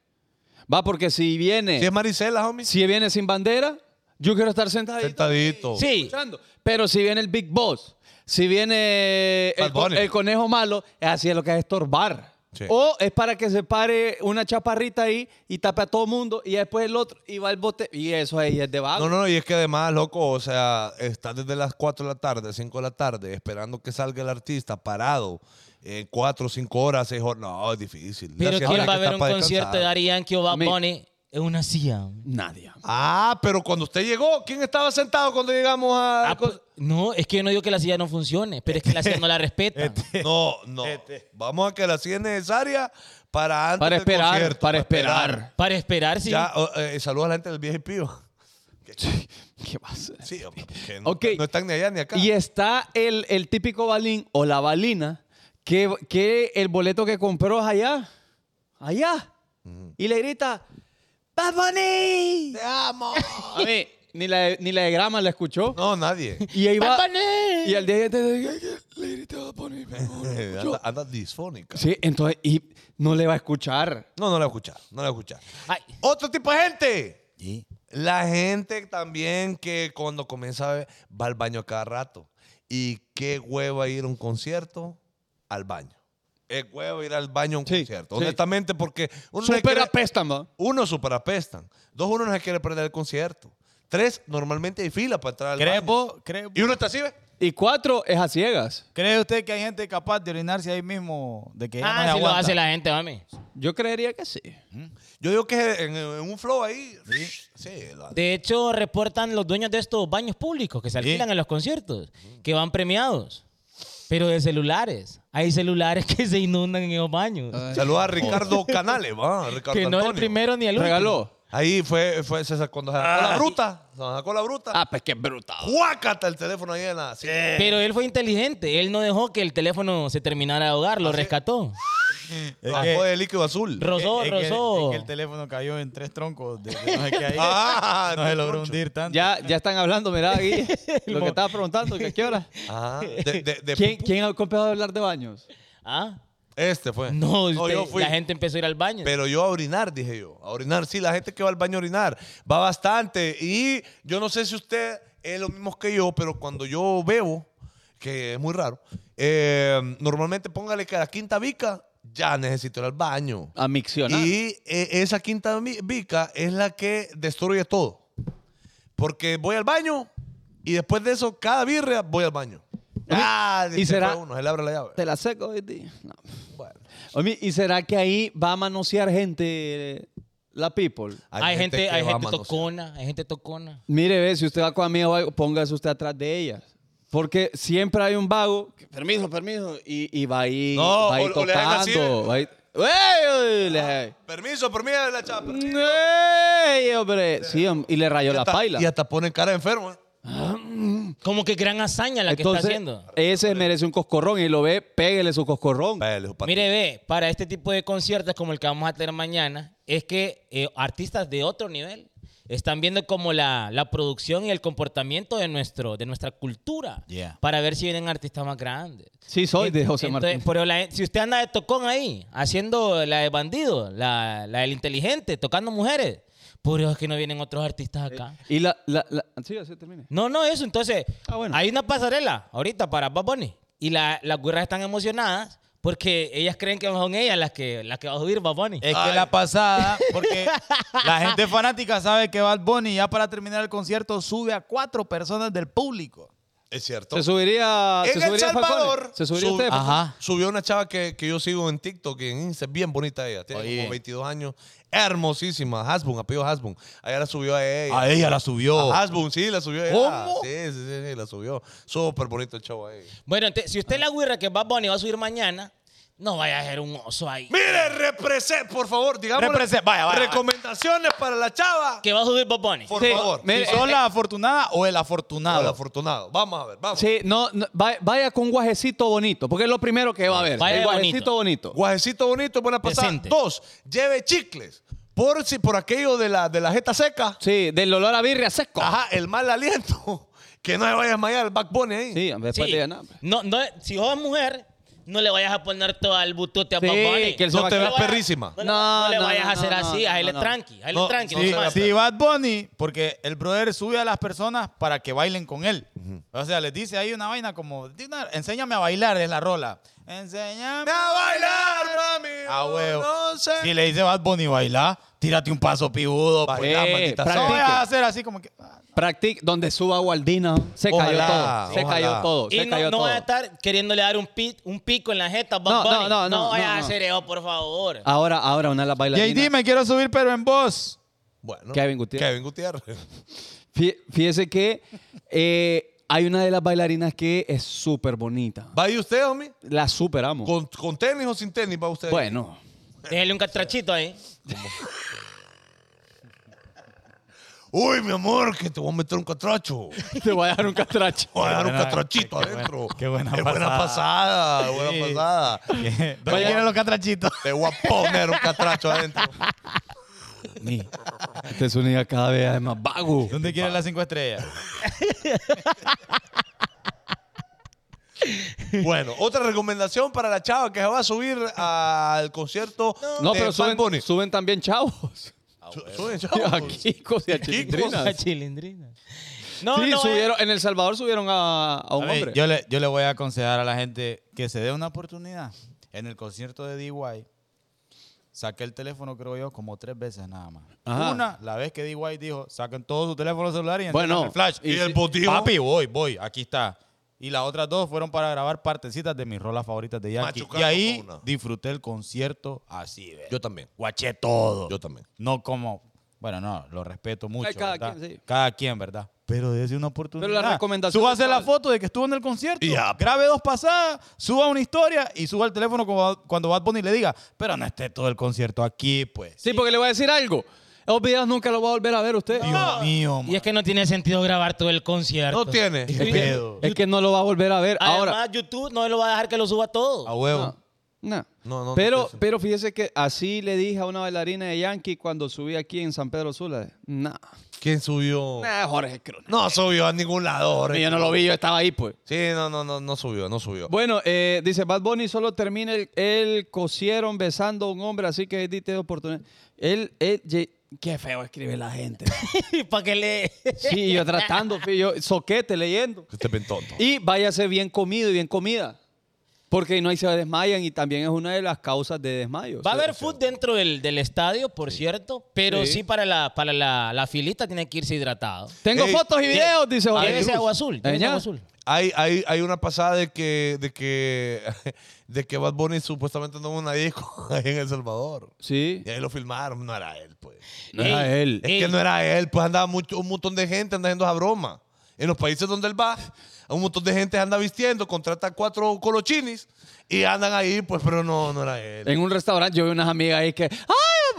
S3: Va, porque si viene,
S4: Si es Maricela, homie.
S3: si viene sin bandera, yo quiero estar sentadito.
S4: Sentadito.
S5: Sí,
S3: escuchando. Pero si viene el Big Boss, si viene
S4: Bad
S3: el, co-
S4: Bunny.
S3: el conejo malo, así es lo que es estorbar.
S4: Sí.
S3: O es para que se pare una chaparrita ahí y tape a todo mundo y después el otro y va el bote. Y eso ahí es de vago.
S4: No, no, no, y es que además, loco, o sea, estás desde las 4 de la tarde, 5 de la tarde, esperando que salga el artista parado en 4, 5 horas, 6 horas. No, es difícil.
S5: pero
S4: Gracias
S5: ¿quién
S4: Dios
S5: va a
S4: que
S5: ver
S4: está
S5: un
S4: para
S5: concierto de
S4: descansar.
S5: Dari Yankee o Bad
S3: Amigo.
S5: Bunny en una silla?
S3: Nadie.
S4: Ah, pero cuando usted llegó, ¿quién estaba sentado cuando llegamos a.?
S5: Ah, pues, no, es que yo no digo que la silla no funcione, pero es que la silla no la respeta.
S4: Este- No, no.
S5: este.
S4: Vamos a que la silla es necesaria para antes
S3: Para
S4: del
S3: esperar,
S4: concierto,
S3: para esperar.
S5: Para esperar, sí.
S4: Ya, oh, eh, saludos a la gente del viejo pío.
S3: ¿Qué va a ser?
S4: Sí, hombre, porque no,
S3: Ok.
S4: no están ni allá ni acá.
S3: Y está el, el típico balín o la balina que, que el boleto que compró es allá. Allá. Y le grita, ¡Bad Bunny!
S4: amo!
S3: A mí, ni la, de- ni la de grama la escuchó.
S4: No, nadie.
S3: Y ahí va.
S5: ¡Bad Bunny!
S3: Y al día siguiente le grité Bad Bunny. mi amor, ¿no escuchó?"
S4: anda, anda disfónica.
S3: Sí, entonces, y no le va a escuchar.
S4: No, no la voy a escuchar, no la voy a escuchar.
S5: Ay.
S4: Otro tipo de gente. La gente también que cuando comienza a ver, va al baño cada rato. Y qué hueva ir a un concierto al baño. Es hueva ir al baño a un
S3: Sí,
S4: concierto.
S3: sí.
S4: Honestamente, porque uno se
S3: Súper
S4: quiere-
S3: apestan, ¿va?
S4: uno super apestan. Dos, uno no se quiere perder el concierto. Tres, normalmente hay fila para entrar al
S2: ¿Crees
S4: baño.
S2: vos- crees vos-
S4: Y uno está así, ¿ve?
S3: Y cuatro es a ciegas.
S2: ¿Cree usted que hay gente capaz de orinarse ahí mismo? De que ya no
S5: Ah,
S2: se
S5: sí lo
S2: aguanta?
S5: hace la gente, mami.
S3: Yo creería que sí.
S4: Yo digo que en, en un flow ahí. Sí, lo hace.
S5: De hecho, reportan los dueños de estos baños públicos que se alquilan en los conciertos, que van premiados, pero de celulares. Hay celulares que se inundan en esos baños.
S4: Saluda a Ricardo Canales, va. Ricardo
S5: que no es el
S4: Antonio.
S5: primero ni el último.
S3: Regaló.
S4: Ahí fue, fue César cuando se sacó la bruta. Se sacó la bruta.
S3: Ah, pues qué brutal.
S4: ¡Juácata el teléfono ahí en la. Sí.
S5: Pero él fue inteligente. Él no dejó que el teléfono se terminara de ahogar.
S4: ¿Ah,
S5: Lo rescató.
S4: Lo sacó de líquido azul.
S5: Rozó,
S2: Es que- es
S5: rozó.
S2: que el teléfono cayó en tres troncos. de- de no sé qué ahí.
S4: Ah,
S2: no se logró
S4: troncho.
S2: hundir tanto.
S3: Ya, ya están hablando, mirá aquí. lo que estaba preguntando, que a qué hora.
S4: Ajá. Ah, De- de- de-
S3: ¿Quién, ¿Quién ha empezado a hablar de baños?
S5: ¿Ah?
S4: Este fue.
S5: No, usted-
S4: yo fui.
S5: la gente empezó a ir al baño.
S4: Pero yo a orinar, dije yo. A orinar, sí, la gente que va al baño a orinar va bastante. Y yo no sé si usted es lo mismo que yo, pero cuando yo bebo, que es muy raro, eh, normalmente póngale que a la quinta vica ya necesito ir al baño.
S3: A miccionar.
S4: Y eh, esa quinta mi- vica es la que destruye todo. Porque voy al baño y después de eso, cada birria voy al baño. Ah,
S3: ¿y será-
S4: fue Uno, se le abre la llave.
S3: Te la seco, ¿viste? No.
S4: Bueno,
S3: Omi, ¿Y será que ahí va a manosear gente eh, la people?
S5: hay, gente,
S4: que
S5: hay
S4: va a
S5: gente
S4: manosear.
S5: tocona, hay gente tocona.
S3: Mire, ve, si usted va con amigos, o algo, póngase usted atrás de ellas. Porque siempre hay un vago. que, permiso, permiso. Y, y va ahí,
S4: No,
S3: va ahí
S4: o- o le hagan así,
S3: tocando. Va ahí, ¡Ey! le-
S4: Permiso, permiso, la chapa.
S3: ¡Ey, hombre! Sí, hom- y le rayó
S4: Y
S3: la
S4: hasta-
S3: paila.
S4: Y hasta ponen cara de enfermo. ¿eh?
S5: Como que gran hazaña la
S3: Entonces,
S5: que está haciendo.
S3: ese merece un coscorrón. Y lo ve, pégale su coscorrón.
S4: Vale, su pato.
S5: Mire, ve, para este tipo de conciertos como el que vamos a tener mañana, es que eh, artistas de otro nivel están viendo como la, la producción y el comportamiento de, nuestro, de nuestra cultura
S2: Yeah.
S5: para ver si vienen artistas más grandes.
S3: Sí, soy de José
S5: Entonces,
S3: Martín.
S5: Pero la- si usted anda de tocón ahí, haciendo la de bandido, la, la del inteligente, tocando mujeres, por Dios que no vienen otros artistas acá.
S3: Y la, la, la- Sí, así termine.
S5: No, no, eso. Entonces,
S3: Ah, bueno.
S5: hay una pasarela ahorita para Bad Bunny. Y la- las güeras están emocionadas porque ellas creen que son ellas las que, las que va a subir Bad
S3: Eh.
S5: Bunny.
S2: Es
S4: Ay.
S2: que la pasada, porque la gente fanática sabe que Bad Bunny ya para terminar el concierto sube a cuatro personas del público.
S4: Es cierto.
S3: Se subiría.
S4: en
S3: se
S4: El
S3: subiría Falcone.
S4: Salvador
S3: Se subiría
S4: sub-
S3: usted. Falcone.
S2: Ajá.
S4: subió una chava que, que yo sigo en TikTok, y en Insta, es bien bonita ella, tiene
S2: Oye.
S4: como 22 años, hermosísima, Hasbun, apellido Hasbun. Ayer la subió a ella.
S2: A ella la subió.
S4: A Hasbun, sí, la subió a ella.
S2: ¿Cómo?
S4: Sí, sí, sí, sí, la subió. Súper bonito el chavo ahí.
S8: Bueno, ente- si usted la guirra que Bad Bunny va a subir mañana, no vaya a ser un oso ahí.
S4: Mire, represé, por favor, digamos.
S2: Represé, vaya, vaya, vaya.
S4: Recomendaciones para la chava.
S8: Que va a subir Bad Bunny.
S4: Por
S3: Sí,
S4: favor.
S3: mire,
S2: Si sos la afortunada o el afortunado.
S4: Al afortunado. Vamos a ver, vamos.
S3: Sí, no, no, va- vaya con un guajecito bonito, porque es lo primero que va a ver.
S8: Vaya
S3: el guajecito bonito.
S4: Guajecito bonito, buena pasada.
S8: Decente.
S4: Dos, lleve chicles. Por si por aquello de la, de la jeta seca.
S3: Sí, del olor a birria seco.
S4: Ajá, el mal aliento. Que no se vaya a desmayar el backbone ahí.
S3: Sí, después
S8: Sí.
S3: te digan, "No,
S8: No, no, si vos es mujer, no le vayas a poner todo el butote a
S3: Sí,
S8: Bad Bunny.
S3: que él se
S4: No
S3: va
S4: te
S3: a
S4: veas
S3: quedar-
S4: perrísima.
S8: No, no, no le
S3: No, no,
S8: vayas a
S3: no,
S8: hacer
S3: no,
S8: así,
S3: no,
S8: a
S3: no.
S8: tranqui, a
S4: No,
S8: tranqui.
S4: sí,
S8: no se vaya.
S4: sí.
S2: Si Bad Bunny, porque el brother sube a las personas para que bailen con él. O sea, les dice ahí una vaina como, "Di una- enséñame a bailar, es la rola. Enséñame
S4: Me a bailar, mami.
S2: a Ah, huevo.
S4: No sé.
S2: Si le dice Bad Bunny, baila, tírate un paso pibudo. pues.
S4: Baila,
S3: Eh,
S4: maldita
S2: No
S4: sea.
S3: practique.
S2: voy a hacer así como que... ah,
S3: Practic, donde suba Gualdina. Se
S4: Ojalá,
S3: cayó todo. Se
S4: ojalá.
S3: cayó todo.
S8: Y
S3: Oh, Se
S8: no,
S3: cayó
S8: no
S3: todo.
S8: vaya a estar queriéndole dar un, pit, un pico en la jeta a Bad
S3: No, no,
S8: Bunny.
S3: no, no,
S8: vayas
S3: no, Ah.
S8: a
S3: no.
S8: hacer eso, por favor.
S3: Ahora, ahora, una de las bailarinas.
S2: JD, me quiero subir, pero en voz.
S4: Bueno,
S3: Kevin Gutiérrez.
S4: Kevin Gutiérrez.
S3: Fí- Fíjese que eh, hay una de las bailarinas que es súper bonita.
S4: ¿Vaya usted, homie?
S3: La superamos.
S4: ¿Con, ¿Con tenis o sin tenis va usted?
S3: Bueno.
S8: Déjele un catrachito ahí.
S4: Uy, mi amor, que te voy a meter un catracho.
S3: Te voy a dar un catracho.
S4: Voy a dar un
S2: buena-
S4: catrachito
S2: qué buena-
S4: adentro.
S2: qué buena
S4: Qué buena pasada. Buena
S2: Sí.
S4: pasada.
S2: ¿Qué?
S4: Vaya.
S2: ¿Dónde vienen los catrachitos?
S4: Te voy a poner un catracho adentro.
S3: Ni. Este es un día cada vez más vago.
S2: ¿Dónde quieren las cinco estrellas?
S4: Bueno, otra recomendación para la chava que se va a subir al concierto
S3: No,
S4: de
S3: pero
S4: Bad Bunny.
S3: suben, suben también chavos.
S4: Su- suben, chavos.
S3: Aquí, Kikos y a Chilindrinas.
S8: La chilindrina. No,
S3: sí,
S8: no, eh.
S3: subieron, en El Salvador subieron a, a un
S2: A ver,
S3: hombre.
S2: Yo le, yo le voy a aconsejar a la gente que se dé una oportunidad. En el concierto de DY, saqué el teléfono, creo yo, como tres veces nada más.
S3: Ajá.
S2: Una, la vez que DY dijo, saquen todos sus teléfonos celulares y
S3: Bueno,
S2: enciendan el flash.
S4: y el motivo.
S2: Papi, voy, voy, aquí está. Y las otras dos fueron para grabar partecitas de mis rolas favoritas de Yankee.
S4: Machucado
S2: Y ahí
S4: con una.
S2: disfruté el concierto así, ve.
S4: Yo también.
S2: guaché todo.
S4: Yo también.
S2: No como, bueno, no, lo respeto mucho.
S3: Ay, cada
S2: ¿verdad?
S3: quien, sí.
S2: Cada quien, ¿verdad? Pero desde una oportunidad.
S3: Pero la recomendación
S2: Suba a hacer la
S3: actual.
S2: foto de que estuvo en el concierto.
S4: Y ya.
S2: Grabe dos pasadas, suba una historia y suba el teléfono como- cuando Bad Bunny le diga, pero no esté todo el concierto aquí, pues.
S3: Sí, porque le voy a decir algo. Esos videos nunca los va a volver a ver usted.
S2: Dios mío,
S8: Y es que no tiene sentido grabar todo el concierto.
S4: No
S2: man,
S4: tiene.
S2: qué pedo.
S3: Es que no lo va a volver a ver. Ahora, Ah,
S8: Además, YouTube no lo va a dejar que lo suba todo.
S2: A huevo.
S3: No.
S4: No, no, no
S3: pero,
S4: te-
S3: pero fíjese que así le dije a una bailarina de Yankee cuando subí aquí en San Pedro Sula. No.
S4: ¿Quién subió?
S3: Nah, Jorge Cruz.
S4: Oh. No subió a ningún lado.
S3: Pero
S4: Jorge.
S3: Yo no lo vi, yo estaba ahí, pues.
S4: Sí, no, no, no, no subió, no subió.
S3: Bueno, eh, dice Bad Bunny solo termina el, él cosieron besando a un hombre, así que dite oportunidad. Él, él, ye- qué feo escribe la gente.
S8: Para que le...
S3: Sí, yo tratando, fi, yo soquete leyendo.
S4: Este bien tonto.
S3: Y váyase bien comido y bien comida. Porque no ahí se desmayan y también es una de las causas de desmayo.
S8: Va a haber food dentro del, del estadio, por cierto, pero sí,
S3: Sí.
S8: para, la, para la, la filita tiene que irse hidratado.
S3: Tengo
S4: Ey,
S3: fotos y videos, dice Jorge
S8: Llévese
S3: Cruz.
S8: agua azul, llévese
S3: Eñá.
S8: agua azul.
S4: Hay, hay, hay una pasada de que, de que, de que Bad Bunny supuestamente andaba en una disco ahí en El Salvador.
S3: Sí.
S4: Y ahí lo filmaron, no era él, pues.
S3: No era
S8: Ey,
S3: él.
S4: Es
S8: ey,
S4: que no era él, pues andaba mucho, un montón de gente anda haciendo esa broma. En los países donde él va, un montón de gente anda vistiendo, contrata cuatro colochinis y andan ahí, pues, pero no, no era él.
S3: En un restaurante yo vi unas amigas ahí que, ¡ay!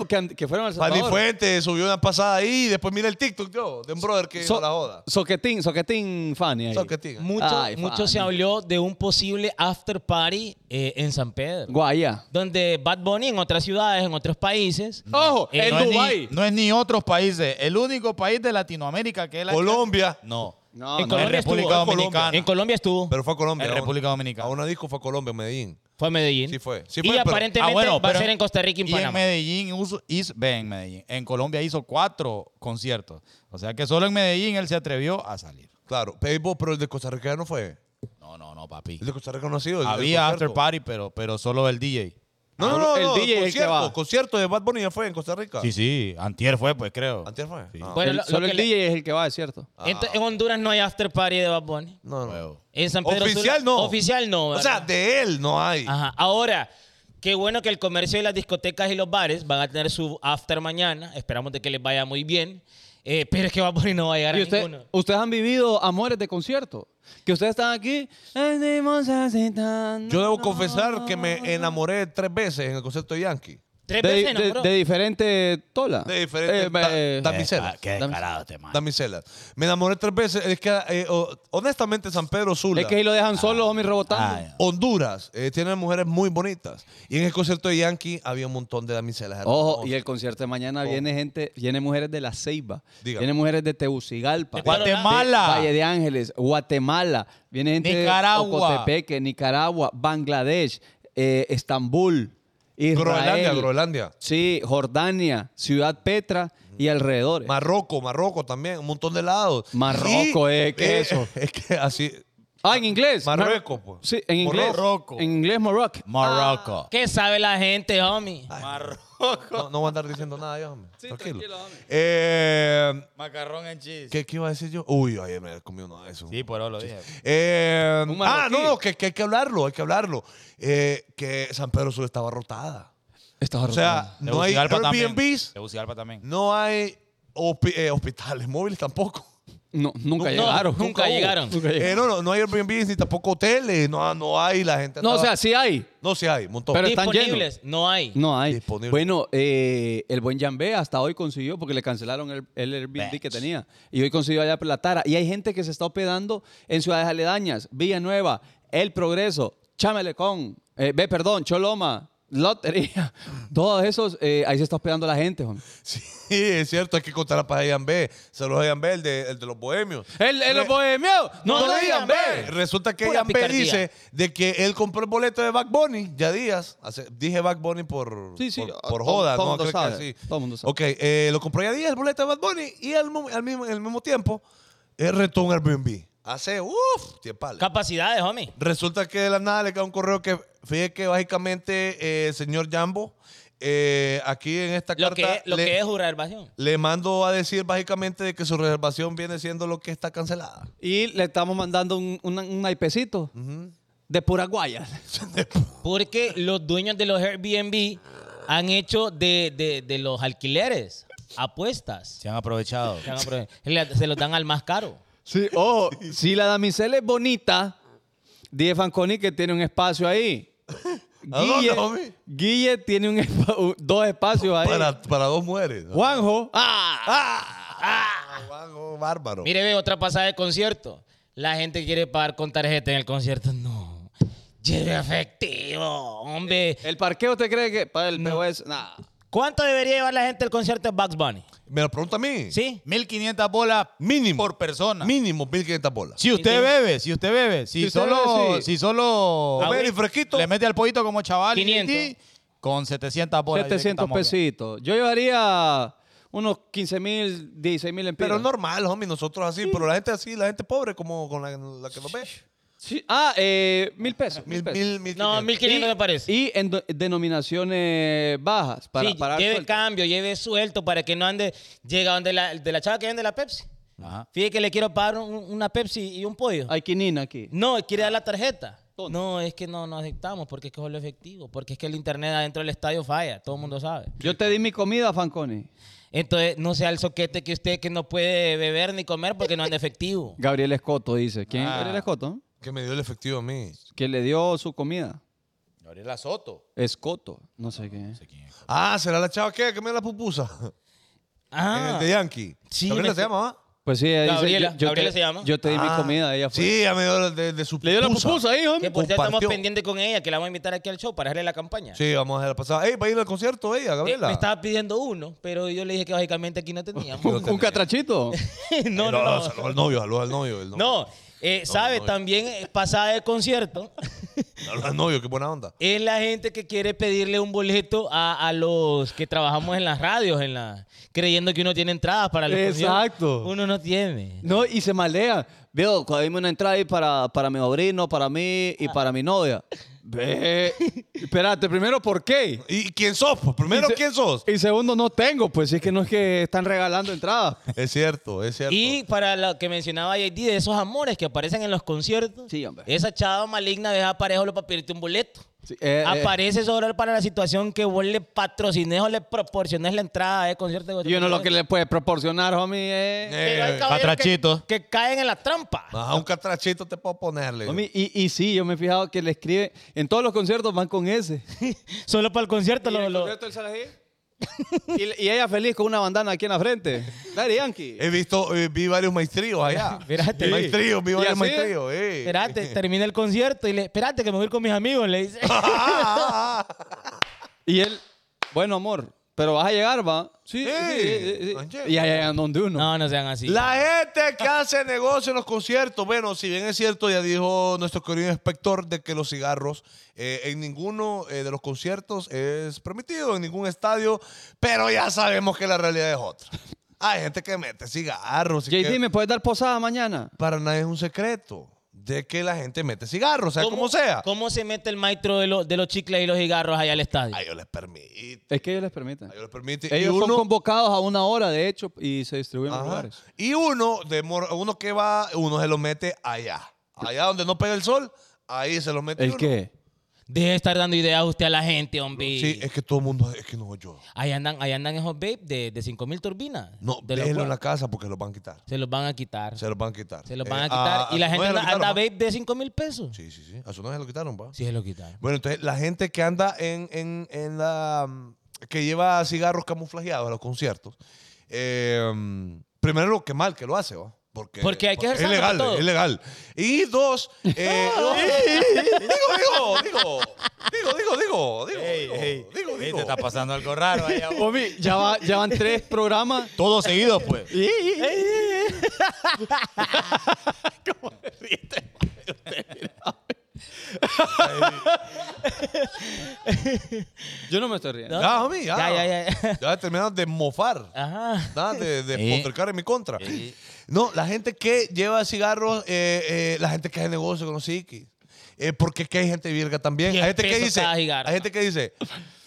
S3: Que, que fueron al
S4: Fanny
S3: Salvador.
S4: Fuentes subió una pasada ahí y después mira el TikTok yo, de un brother que
S3: So-
S4: no
S3: eh,
S4: la joda.
S3: Soquetín, soquetín Fanny ahí.
S4: Soquetín.
S8: Mucho,
S3: Ay,
S8: mucho se
S3: Fanny.
S8: habló de un posible after party eh, en San Pedro.
S3: Guaya.
S8: donde Bad Bunny en otras ciudades, en otros países.
S3: Ojo,
S8: Eh,
S3: en
S2: no, es ni-
S3: Dubái.
S2: no es ni otros países. El único país de Latinoamérica que es la
S4: Colombia.
S2: No.
S3: No,
S8: en
S2: es
S3: no,
S8: Colombia estuvo.
S2: República
S8: En Colombia.
S2: Dominicana.
S8: En Colombia estuvo.
S4: Pero fue a Colombia.
S2: En
S4: a una-
S2: Republica Dominicana.
S4: A una disco fue a Colombia, a Medellín.
S8: fue a Medellín.
S4: Sí fue, sí
S8: y
S4: fue, pero-
S8: aparentemente
S2: Ah, bueno,
S8: va a
S2: pero-
S8: ser en Costa Rica y en
S2: Y en
S8: Panamá.
S2: Medellín hizo, hizo- ve, en Medellín. En Colombia hizo cuatro conciertos. O sea que solo en Medellín él se atrevió a salir.
S4: Claro. Pero, vos, pero el de Costa Rica ya no fue.
S2: No, no, no, papi.
S4: El de Costa Rica no ha sido. el del
S2: Había after
S4: concierto.
S2: party, pero, pero solo el DJ.
S4: No, no, no,
S3: El
S4: no,
S3: DJ es el que
S4: concierto,
S3: va.
S4: concierto de Bad Bunny ya fue en Costa Rica.
S2: Sí, sí. Antier fue, pues creo.
S4: Ah. ¿Antier fue?
S2: Sí.
S4: Ah.
S5: Bueno,
S3: El-
S5: lo- lo
S3: solo
S5: que
S3: el
S5: le-
S3: DJ es el que va, es cierto.
S5: Ento- en Honduras no hay after party de Bad Bunny.
S4: No, no.
S2: Huevo.
S5: En San Pedro
S4: Oficial
S5: Sula-
S4: no.
S5: Oficial no.
S4: O
S5: ¿verdad? Ah,
S4: sea, de él no hay.
S5: Ajá. Ahora, qué bueno que el comercio y las discotecas y los bares van a tener su after mañana. Esperamos de que les vaya muy bien. Eh, pero es que Bad Bunny no va a llegar
S3: Y
S5: a
S3: usted-
S5: ninguno.
S3: ustedes han vivido amores de concierto. Que ustedes están aquí.
S4: Yo
S3: Yo
S4: debo confesar que me enamoré tres veces en el concierto de Yankee.
S5: Tres
S3: de,
S5: veces
S3: de-
S5: enamoró.
S3: de diferente tola.
S4: De diferentes
S3: Eh,
S4: da-
S3: eh,
S4: damiselas.
S2: Qué descarado este man.
S4: Damiselas. Me enamoré tres veces. Es que, eh, o- honestamente, San Pedro Sula.
S3: es que ahí lo dejan solo, homie, rebotando.
S2: Ah, ya.
S4: Honduras eh, tiene mujeres muy bonitas. Y en el concierto de Yankee había un montón de damiselas.
S3: Ojo,
S4: hermosas.
S3: y el concierto de mañana
S4: Ojo.
S3: viene gente, viene mujeres de La Ceiba,
S4: Dígame.
S3: viene mujeres de Tegucigalpa,
S5: De Colorado.
S2: Guatemala.
S3: Valle de Ángeles, Guatemala, viene gente
S2: Nicaragua.
S3: de Ocotepeque, Nicaragua, Bangladesh, eh, Estambul, Israel,
S4: Groenlandia, Groenlandia.
S3: sí, Jordania, Ciudad Petra y alrededores.
S4: Marroco, Marroco también, un montón de lados.
S3: Marroco, eh, ¿qué
S4: eh,
S3: es eso?
S4: Es que así.
S3: ah, en inglés.
S4: Marruecos, pues.
S3: Sí, en inglés.
S2: Morocco.
S3: En inglés, Morocco.
S8: Ah.
S2: Morocco.
S5: ¿Qué sabe la gente, homie?
S4: No, no voy a andar diciendo nada, yo, hombre. tranquilo.
S3: tranquilo, hombre.
S4: Eh,
S2: Macarrón en cheese.
S4: ¿qué, qué iba a decir yo? Uy, ayer me comí uno de esos.
S2: Sí, por eso lo dije.
S4: Eh,
S3: Un
S4: ah,
S3: marroquí.
S4: no, no, que, que hay que hablarlo, hay que hablarlo. Eh, que San Pedro Sur estaba rotada.
S3: Estaba
S4: O sea, no hay
S2: Tegucigalpa
S4: Airbnbs,
S2: Tegucigalpa también.
S4: no hay hopi- eh, hospitales móviles tampoco.
S3: no, nunca
S5: No,
S3: llegaron.
S5: nunca
S3: hubo.
S5: llegaron.
S3: Nunca llegaron.
S4: Eh, no, no, no hay Airbnbs ni tampoco hoteles, no, no hay la gente.
S3: No, o
S4: estaba-
S3: sea, sí hay.
S4: no sí hay, un montón.
S3: Pero están
S5: Disponibles, no hay.
S3: No hay.
S4: Disponible.
S3: Bueno, eh, el buen Jambé hasta hoy consiguió, porque le cancelaron el, el Airbnb que tenía. Y hoy consiguió allá por la Tara. Y hay gente que se está hospedando en ciudades aledañas. Villanueva, El Progreso, Chamelecón, eh, ve, perdón, Choloma, Lotería. Todos esos, eh, ahí se está hospedando la gente, hombre.
S4: Sí, es cierto, hay que contar a Paz B. Saludos a Yambé, el de, el de los bohemios.
S3: ¡El, el
S4: Re-
S3: bohemio!
S5: No,
S3: ¡No
S5: no,
S3: lo
S5: Yambé!
S3: digan,
S4: Yambé. Resulta que
S5: Pura
S4: Yambé
S5: picardía.
S4: dice de que él compró el boleto de Back Bunny, ya días. Hace- dije Back Bunny por,
S3: Sí, sí,
S4: por,
S3: a-
S4: por
S3: todo-
S4: joda,
S3: todo
S4: ¿no?
S3: mundo
S4: Creo que
S3: sabe,
S4: así.
S3: todo mundo sabe.
S4: Ok, eh, lo compró ya días el boleto de Bad Bunny y al, mo- al mismo, al mismo tiempo él retó un Airbnb. Hace, uff, tiempales.
S5: Capacidades, homie.
S4: Resulta que de la nada le cae un correo que, fíjate que básicamente, eh, el señor Jambo, eh, aquí en esta
S5: Lo
S4: carta...
S5: que, lo
S4: le-
S5: que es jurar evasión.
S4: le mando a decir básicamente de que su reservación viene siendo lo que está cancelada.
S3: Y le estamos mandando un, un, un naipecito de puras guayas.
S5: Porque los dueños de los Airbnb han hecho de, de- de los alquileres apuestas.
S2: Se han aprovechado.
S5: Se han aprove- le- Se los dan al más caro.
S3: Sí, ojo, si la damisela es bonita, Diez Fanconi que tiene un espacio ahí.
S4: ¿A dónde, homie?
S3: Guille tiene un espa- u- dos espacios ahí.
S4: Para, para dos mujeres. ¿no?
S3: Juanjo, ¡ah!
S4: ¡Ah! Juanjo, bárbaro.
S5: Mire, ve otra pasada de concierto. La gente quiere pagar con tarjeta en el concierto. No. Lleve efectivo, hombre.
S3: ¿El parqueo te cree que para el POS? es nada?
S5: ¿Cuánto debería llevar la gente al concierto de Bugs Bunny?
S4: Me lo pregunta a mí.
S5: ¿Sí?
S2: 1500 bolas
S4: Mínimo.
S2: por persona.
S4: Mínimo 1500 bolas.
S2: Si usted bebe, si usted bebe, si,
S3: Si usted
S2: solo,
S3: bebe, sí.
S2: si solo
S4: A ver, y fresquito.
S2: le mete al pollito como chaval,
S5: 500.
S2: y- con 700 bolas. dice que
S3: 700
S2: estamos bien.
S3: pesitos. Yo llevaría unos 15 mil, 16 mil en
S4: Pero
S3: pira.
S4: es normal, homie, nosotros así. Pero la gente así, la gente pobre, como con la, la que nos ve.
S3: Sí, Ah, eh, mil pesos.
S4: Mil,
S3: mil pesos.
S4: mil, mil.
S5: No,
S4: quinientos.
S5: 1500 me parece.
S3: Y en do- denominaciones bajas para
S5: Sí,
S3: parar
S5: lleve
S3: suelto.
S5: cambio, lleve suelto para que no ande. Llega donde la, de la chava que vende la Pepsi.
S2: Ajá.
S5: Fíjate que le quiero pagar un- una Pepsi y un pollo.
S3: Hay quinina aquí.
S5: No, quiere dar la tarjeta.
S3: Tonto.
S5: No, es que no, no aceptamos porque es que es lo efectivo, porque es que el internet adentro del estadio falla, todo el mundo sabe.
S3: Yo te di mi comida, Fanconi.
S5: Entonces, no sea el soquete que usted que no puede beber ni comer porque no anda efectivo.
S3: Gabriel Escoto dice. ¿Quién es
S2: Ah.
S3: Gabriel Escoto?
S4: Que me dio el efectivo a mí.
S3: Que le dio su comida.
S2: Gabriela Soto.
S3: Escoto. No sé qué. es.
S4: Ah, será la chava que, que me da la pupusa. En el
S5: Ah,
S4: Eh, de Yankee.
S5: Sí,
S4: ¿Gabriela
S5: me-
S4: se llama, va?
S3: Pues sí, ella dice,
S5: Gabriela,
S3: yo- yo
S5: Gabriela
S3: te-
S5: se llama.
S3: Yo te di mi
S4: Ah,
S3: comida, ella fue.
S4: Sí, ella me dio de, de su
S3: Le dio la pupusa ahí,
S5: que
S3: hombre.
S5: por cierto estamos
S4: compartió.
S5: pendientes con ella, que la vamos a invitar aquí al show para hacerle la campaña.
S4: Sí, vamos a dejar pasar. Ey, va a ir al concierto ella,
S5: Eh,
S4: Gabriela.
S5: me estaba pidiendo uno, pero yo le dije que básicamente aquí no teníamos.
S3: Un, un catrachito.
S4: Eh, no,
S5: no, no, no.
S4: Saludos al novio, saludos al novio. el novio.
S5: No, eh, sabe,
S4: no.
S5: también eh, pasada de concierto.
S4: Saludos al novio, qué buena onda.
S5: es la gente que quiere pedirle un boleto a, a los que trabajamos en las radios, en la, creyendo que uno tiene entradas para los
S3: Exacto.
S5: conciertos. Uno no tiene.
S3: No, y
S5: Ah.
S3: se malea. Veo, cuando dime una entrada ahí para, para mi sobrino, para mí y para mi novia. Ve. Espérate, primero, ¿por qué?
S4: ¿Y quién sos? pues? Primero,
S3: Y se-
S4: ¿quién sos?
S3: Y segundo, no tengo, pues si es que no es que están regalando entradas.
S4: Es cierto, es cierto. Eh,
S5: Y para lo que mencionaba JD, de esos amores que aparecen en los conciertos,
S3: Sí, hombre.
S5: esa chava maligna deja parejo los papeles de un boleto.
S3: Sí, eh, eh,
S5: Aparece sobre para la situación que vos le patrocines o le proporciones la entrada de concierto. de
S3: Y uno lo que le puede proporcionar, homie, es...
S5: Pero hay
S4: Eh,
S5: caballeros que-
S2: Patrachito.
S5: Que, caen en la trampa.
S4: Ajá, un catrachito te puedo ponerle.
S3: Homie, y, y sí, yo me he fijado que le escribe... En todos los conciertos van con ese.
S5: Solo para el concierto.
S3: Y
S5: Lo,
S3: el
S5: lo-
S3: concierto del Salajé. y, y ella feliz con una bandana aquí en la frente. Daddy Yankee.
S4: He visto, eh, vi varios maestríos allá.
S5: Espérate.
S4: Maestríos, vi
S3: ¿Y
S4: varios
S3: así?
S4: maestríos. eh.
S5: Espérate, termina el concierto y le... Espérate que me voy a ir con mis amigos, le dice.
S4: Ah, ah, ah.
S3: Y él, bueno, amor, pero vas a llegar, ¿va? Sí, sí,
S4: Sí,
S3: sí, sí, sí.
S4: manche.
S3: Y ahí es donde uno.
S5: No, no sean así.
S4: La gente que hace negocio en los conciertos, bueno, si bien es cierto, ya dijo nuestro querido inspector de que los cigarros eh, en ninguno eh, de los conciertos es permitido, en ningún estadio, pero ya sabemos que la realidad es otra. Hay gente que mete cigarros. y
S3: JD,
S4: que
S3: ¿me puedes dar posada mañana?
S4: Para nadie es un secreto de que la gente mete cigarros, sea
S5: ¿Cómo-
S4: como sea.
S5: ¿Cómo se mete el maestro de, lo- de los chicles y los cigarros allá al estadio?
S4: A ellos les permite.
S3: Es que ellos les permiten.
S4: A ellos les permite.
S3: Ellos
S4: y
S3: son
S4: uno,
S3: convocados a una hora, de hecho, y se distribuyen
S4: Ajá.
S3: los lugares.
S4: y uno, de mor- uno que va, uno se lo mete allá. Allá donde no pega el sol, ahí se lo mete
S3: ¿El
S4: uno.
S3: qué?
S5: Deje de estar dando ideas usted a la gente, hombre.
S4: Sí, es que todo el mundo, es que no yo.
S5: Ahí andan, ahí andan esos vape de, de 5000 turbinas.
S4: No,
S5: De los
S4: déjenlo en
S5: cuales.
S4: la casa porque los van a quitar.
S5: Se los van a quitar.
S4: Se los van a quitar.
S5: Se los
S4: Eh,
S5: van a
S4: ah,
S5: quitar. y la
S4: ah, no,
S5: gente
S4: ya lo
S5: anda, anda
S4: quitaron,
S5: vape de 5 mil
S4: ¿va?
S5: pesos. Sí.
S4: Sí, sí, sí. A su novia lo quitaron, pa.
S5: se lo quitaron.
S4: Bueno, entonces la gente que anda en, en, en la. mm, que lleva cigarros camuflajeados a los conciertos. eh, mm, primero, lo que mal que lo hace, ¿va? Porque,
S5: Porque hay que
S4: porque Es
S5: ejercer
S4: legal,
S5: para todo.
S4: es legal. Y dos. eh, digo, digo, digo. Digo, digo, digo. Digo,
S2: Ey,
S4: digo,
S2: ey,
S4: digo,
S2: ey,
S4: digo.
S2: te está pasando algo raro ahí. abu-
S3: Omi, ya, va- ya van tres programas.
S2: Todo seguido, pues.
S3: Y- y- Yo no me estoy riendo.
S5: No.
S4: Ya, homie, ya.
S5: Ya, ya, ya.
S4: Ya terminaron de mofar.
S5: Ajá.
S4: Nada de, de
S2: Sí.
S4: postergar en mi contra. No, la gente que lleva cigarros, eh, eh, la gente que hace negocio con los psiquis. Eh, porque es que hay gente virga también.
S5: Diez
S4: Hay gente que
S5: pesos
S4: dice,
S5: cada cigarro.
S4: hay gente que dice,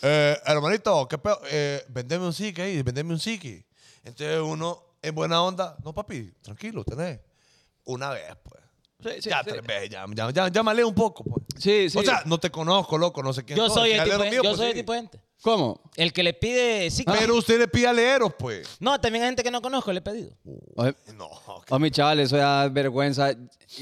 S4: eh, hermanito, qué pedo, eh, vendeme un psiqui ahí, vendeme un psiqui. Entonces uno, en buena onda, no papi, tranquilo, tenés. Una vez, pues.
S3: Sí, sí,
S4: ya
S3: sí.
S4: tres veces, ya, ya, ya, ya me leo un poco, pues.
S3: Sí, sí.
S4: O sea, no te conozco, loco, no sé quién
S5: Yo
S4: sos.
S5: soy
S4: Si
S5: el tipo,
S4: alero
S5: de-
S4: mío,
S5: yo
S4: pues,
S5: soy el
S4: sí.
S5: tipo de gente.
S3: ¿Cómo?
S5: El que le pide sí.
S4: Pero usted le pide a leeros, pues.
S5: No, también hay gente que no conozco, le he pedido.
S3: Oye,
S4: No,
S3: Omi, chaval, eso ya es vergüenza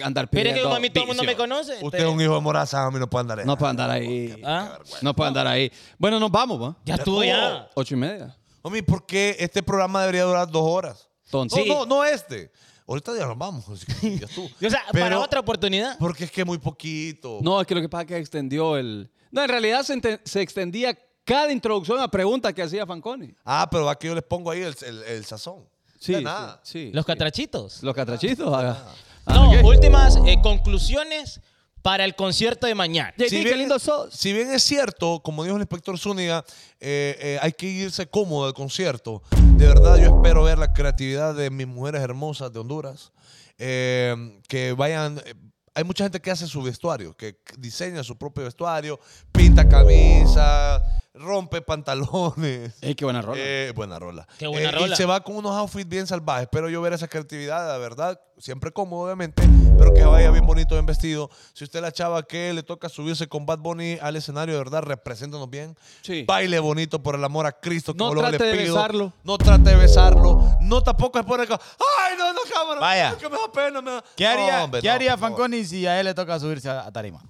S3: andar
S5: Pero
S3: pidiendo.
S5: es que como a mí todo el mundo me
S3: vicio.
S5: conoce.
S4: Usted es un hijo de Morazán, a mí no puede andar ahí.
S3: No puede andar ahí.
S5: Ah,
S3: No puede andar ahí. Bueno, nos vamos, ¿va?
S5: Ya estuvo ya.
S3: Ocho y media.
S4: Homie, ¿por qué este programa debería durar dos horas?
S3: Tonto.
S4: No,
S5: Sí.
S4: no, no este. Ahorita ya nos vamos. así que ya estuvo.
S5: O sea, para
S4: Pero-
S5: otra oportunidad.
S4: Porque es que muy poquito.
S3: No, es que lo que pasa es que extendió el. No, en realidad se, ente- se extendía cada introducción a preguntas que hacía Fanconi.
S4: Ah, pero va que yo les pongo ahí el, el- el sazón.
S3: Sí,
S4: De
S3: sí,
S4: nada.
S3: sí, sí.
S5: Los catrachitos.
S3: Los catrachitos. haga.
S5: No, últimas eh, conclusiones para el concierto de mañana.
S3: JD,
S4: Si
S3: qué
S4: bien-
S3: lindo sos.
S4: Si bien es cierto, como dijo el inspector Zúñiga, eh, eh, hay que irse cómodo al concierto. De verdad, yo espero ver la creatividad de mis mujeres hermosas de Honduras. eh, que vayan. eh, hay mucha gente que hace su vestuario, que c- diseña su propio vestuario, pinta camisas, rompe pantalones.
S3: Ey, qué buena rola.
S4: Eh, buena rola.
S5: Qué buena
S4: Eh,
S5: rola.
S4: Y se va con unos outfits bien salvajes. Espero yo ver esa creatividad, la verdad. Siempre cómodo, obviamente. Pero que vaya bien bonito, bien vestido. Si usted es la chava que le toca subirse con Bad Bunny al escenario, de verdad, represéntanos bien.
S3: Sí.
S4: Baile bonito por el amor a Cristo.
S3: No
S4: como luego
S3: trate
S4: le
S3: de
S4: pido.
S3: besarlo.
S4: No trate de besarlo. No tampoco es por el... ca- ¡Ay, no, no, cámara!
S2: Vaya.
S4: no, que me da pena, me da-
S2: ¿Qué haría,
S4: No, hombre,
S2: ¿qué
S4: no,
S2: haría
S4: por favor.
S2: Fanconi si a él le toca subirse a, a tarima?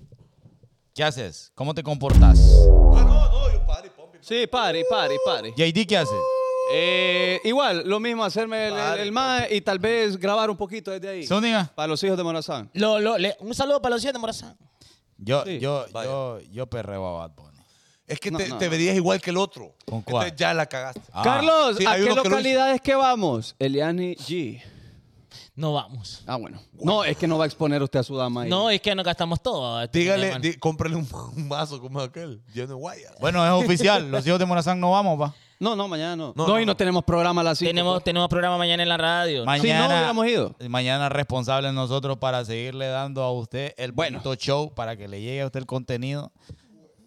S2: ¿Qué haces? ¿Cómo te comportas?
S4: Ah, no, no, yo padre, pompi.
S3: Sí, pare, pare, pare.
S2: JD, ¿qué hace?
S3: Eh, igual, lo mismo, hacerme el, el, el mae y tal vez grabar un poquito desde ahí.
S2: Zúñiga.
S3: Para los hijos de
S4: Ah,
S3: Morazán.
S5: Lo- lo- le- un saludo para los siete de Morazán.
S2: Yo,
S3: Sí,
S2: yo,
S4: vaya.
S2: yo, yo perreo a Bad Bunny.
S4: Es que
S3: No,
S4: te,
S3: no,
S4: te
S3: no.
S4: verías igual que el otro.
S2: ¿Con cuál?
S4: Entonces ya la cagaste.
S2: Ah.
S3: Carlos,
S4: Sí,
S3: ¿a
S4: hay
S3: qué
S4: uno que lo
S3: localidades que vamos? Eliani G.
S5: No vamos.
S3: Ah, bueno. No, es que no va a exponer usted a su dama ahí.
S5: No, es que nos gastamos todo. este
S4: Dígale,
S5: hermano.
S4: di- cómprele un, un mazo como aquel, lleno de guayas.
S2: Bueno, es oficial. Los hijos de Morazán no vamos, va.
S3: No, no, mañana no.
S4: No,
S3: No,
S4: no,
S3: y
S4: no.
S3: no tenemos programa a las pues. 5.
S5: Tenemos, tenemos programa mañana en la radio.
S3: Si no, hubiéramos ido.
S2: Mañana responsables nosotros para seguirle dando a usted el bueno. show para que le llegue a usted el contenido.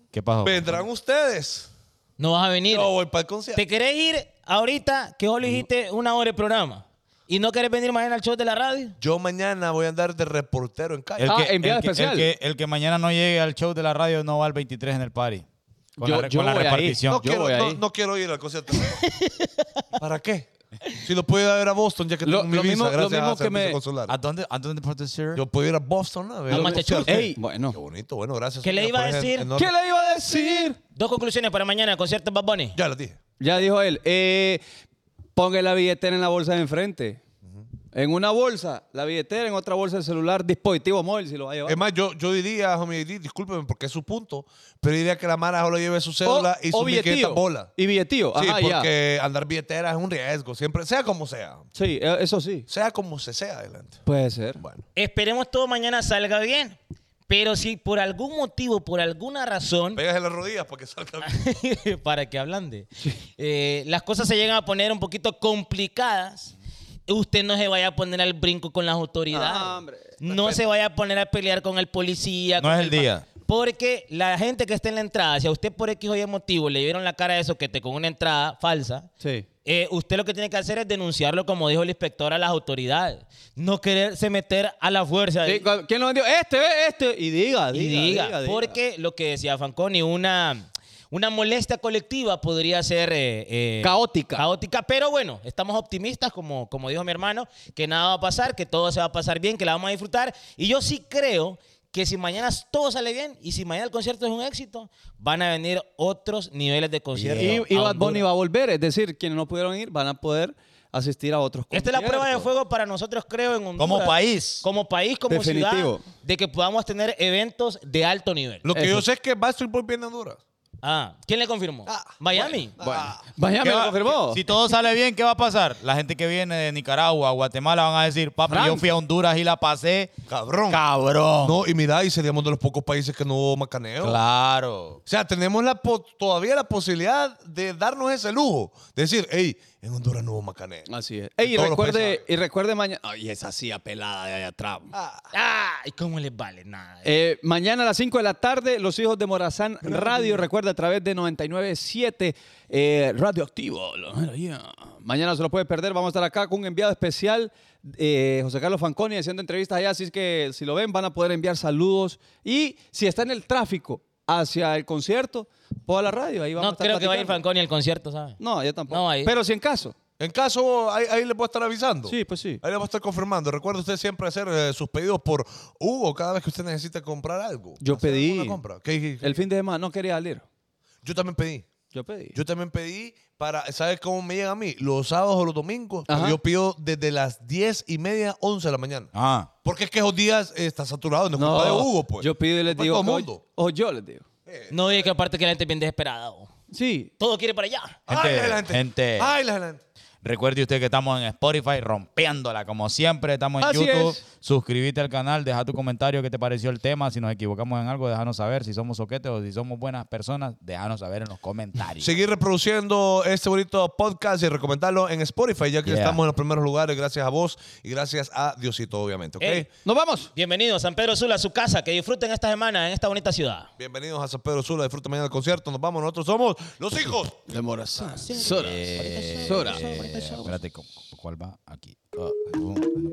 S2: ¿Qué pasó?
S4: Vendrán ustedes.
S5: No vas a venir.
S4: Yo voy para el concierto.
S5: ¿Te querés ir ahorita que solo hiciste una hora de programa? ¿Y no querés venir mañana al show de la radio?
S4: Yo mañana voy a andar de reportero en calle.
S2: El
S3: Ah,
S2: que,
S3: enviado
S2: el que-
S3: especial.
S2: el que- el que mañana no llegue al show de la radio no va al 23 en el party. Con
S3: Yo-
S2: la, re-
S3: yo
S2: con la
S3: voy ahí.
S2: repartición.
S4: Ah, no,
S3: yo
S4: quiero,
S3: voy
S4: no,
S3: ahí.
S4: no quiero ir al concierto. ¿Para qué? Si lo puedo ir a ver a Boston, ya que
S3: Lo-
S4: tengo mi
S3: lo
S4: visa,
S3: mismo- lo
S4: gracias
S3: mismo
S4: a
S3: que
S4: Servicio
S3: me-
S4: Consular.
S2: ¿A dónde, a dónde puede ser?
S4: Yo puedo ir a Boston a ver.
S5: A
S4: el
S5: Massachusetts.
S4: concierto.
S3: Ey, bueno.
S4: Qué bonito, bueno, gracias.
S5: ¿Qué le
S4: señor, pues,
S5: iba a
S4: por ese
S5: decir?
S4: enorme-
S3: ¿Qué le iba a decir?
S5: Dos conclusiones para mañana, concierto de Bad Bunny.
S4: Ya lo dije.
S3: Ya dijo él, eh, ponga la billetera en la bolsa de enfrente. En una bolsa, la billetera, en otra bolsa el celular, dispositivo móvil, si lo va a llevar.
S4: Es más, yo, yo diría, homie, di- discúlpeme porque es su punto, pero diría que la Mara solo lleve su cédula y su billeta bola.
S3: Y billetillo,
S4: Sí,
S3: ajá, ya.
S4: porque andar billetera es un riesgo, siempre, sea como sea.
S3: Sí, eh, eso sí.
S4: Sea como se sea, adelante.
S3: Puede ser.
S4: Bueno.
S5: Esperemos todo mañana salga bien. Pero si por algún motivo, por alguna razón,
S4: Pegas en las rodillas para que salga bien.
S5: para que ablande, eh, las cosas se llegan a poner un poquito complicadas. Usted no se vaya a poner al brinco con las autoridades.
S3: Ah, hombre.
S5: no se vaya a poner a pelear con el policía.
S2: No
S5: con
S2: es el
S5: ba-
S2: día.
S5: Porque la gente que está en la entrada, si a usted por X o Y motivo le dieron la cara de soquete con una entrada falsa,
S3: Sí.
S5: eh, usted lo que tiene que hacer es denunciarlo, como dijo el inspector, a las autoridades. No quererse meter a la fuerza.
S3: Sí, cu- ¿Quién lo vendió? Este, ve, este. Y diga,
S5: y
S3: diga.
S5: diga,
S3: diga, diga.
S5: porque lo que decía Fanconi, una, una molestia colectiva podría ser... eh, eh,
S3: Caótica.
S5: Caótica, pero bueno, estamos optimistas, como, como dijo mi hermano, que nada va a pasar, que todo se va a pasar bien, que la vamos a disfrutar. Y yo sí creo que si mañana todo sale bien y si mañana el concierto es un éxito, van a venir otros niveles de concierto.
S3: Y, y
S5: a
S3: Bad Bunny
S5: Honduras.
S3: va a volver. Es decir, quienes no pudieron ir van a poder asistir a otros
S5: Esta es la prueba de
S3: conciertos.
S5: fuego para nosotros, creo, en Honduras.
S2: Como país.
S5: Como país, como
S3: Definitivo.
S5: ciudad, de que podamos tener eventos de alto nivel.
S4: Lo que
S3: Eso.
S4: yo sé es que Backstreet Boys viene a Honduras.
S5: Ah, ¿quién le confirmó? Miami.
S3: Miami
S2: ¿Qué
S3: lo
S2: va-
S3: confirmó.
S2: Si todo sale bien, ¿qué va a pasar? La gente que viene de Nicaragua, Guatemala, van a decir, papi,
S3: Fran.
S2: yo fui a Honduras y la pasé.
S4: Cabrón.
S2: Cabrón.
S4: No, y mira, y seríamos de los pocos países que no hubo macaneo.
S2: Claro.
S4: O sea, tenemos la po- todavía la posibilidad de darnos ese lujo. De decir, hey, en Honduras no hubo macaneo.
S3: Así es. Ey, y
S4: Todos los
S3: recuerde,
S4: países.
S3: y recuerde mañana. Ay, esa silla pelada de allá atrás.
S4: Ah.
S5: Ay, Ah, ¿cómo les vale nada?
S3: Eh, mañana a las 5 de la tarde, los hijos de Morazán Radio, recuerda a través de 997 eh, Radioactivo. Lo- yeah. Mañana se lo puede perder, vamos a estar acá con un enviado especial, eh, José Carlos Fanconi, haciendo entrevistas allá, así es que si lo ven van a poder enviar saludos. Y si está en el tráfico hacia el concierto, por la radio, ahí vamos a
S5: no
S3: estar
S5: creo que vaya a ir
S3: platicando.
S5: Fanconi al concierto, ¿sabes?
S3: No, yo tampoco.
S5: No, ahí.
S3: Pero si en caso.
S4: En caso, ahí, ahí les voy a estar avisando.
S3: Sí, pues sí.
S4: Ahí les voy a estar confirmando. Recuerde usted siempre hacer eh, sus pedidos por Hugo cada vez que usted necesite comprar algo.
S3: Yo
S4: Hacer
S3: pedí. Eh.
S4: alguna compra. ¿Qué- qué- qué?
S3: El fin de semana no quería salir.
S4: Yo también pedí.
S3: Yo pedí.
S4: Yo también pedí para, ¿sabes cómo me llega a mí? Los sábados o los domingos,
S3: Ajá.
S4: yo pido desde las 10 y media, 11 de la mañana.
S2: Ah.
S4: Porque es que esos días eh, está saturado, no es culpa de Hugo, pues.
S3: Yo pido y les
S4: Culpa de
S3: digo.
S4: Todo
S3: que-
S4: el mundo.
S3: O yo les digo.
S5: No diga que aparte que la gente es bien desesperada. bo.
S3: Sí,
S5: Todo quiere para allá.
S4: Ay,
S2: Gente,
S4: la gente.
S2: gente.
S4: Ay, la gente.
S2: Recuerde usted que estamos en Spotify rompiéndola, como siempre. Estamos en
S3: Así
S2: YouTube.
S3: es.
S2: Suscríbete al canal, deja tu comentario qué te pareció el tema. Si nos equivocamos en algo, déjanos saber. Si somos soquetes o si somos buenas personas, déjanos saber en los comentarios.
S4: Seguir reproduciendo este bonito podcast y recomendarlo en Spotify, ya que
S2: Yeah.
S4: estamos en los primeros lugares, gracias a vos y gracias a Diosito, obviamente. ¿ok?
S5: Ey.
S3: nos vamos.
S5: Bienvenido a San Pedro Sula, a su casa. Que disfruten esta semana en esta bonita ciudad.
S4: Bienvenidos a San Pedro Sula, disfruta mañana del concierto. Nos vamos, nosotros somos los hijos.
S3: De Morazán. Sora. Ah, Eh. Sora.
S2: Eh, Espérate, ¿cu- cu- ¿cuál va? Aquí. Ah,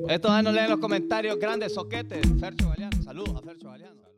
S3: Esto danos en los comentarios. Grandes soquetes. Fercho Galeano. Saludos a Fercho Galeano.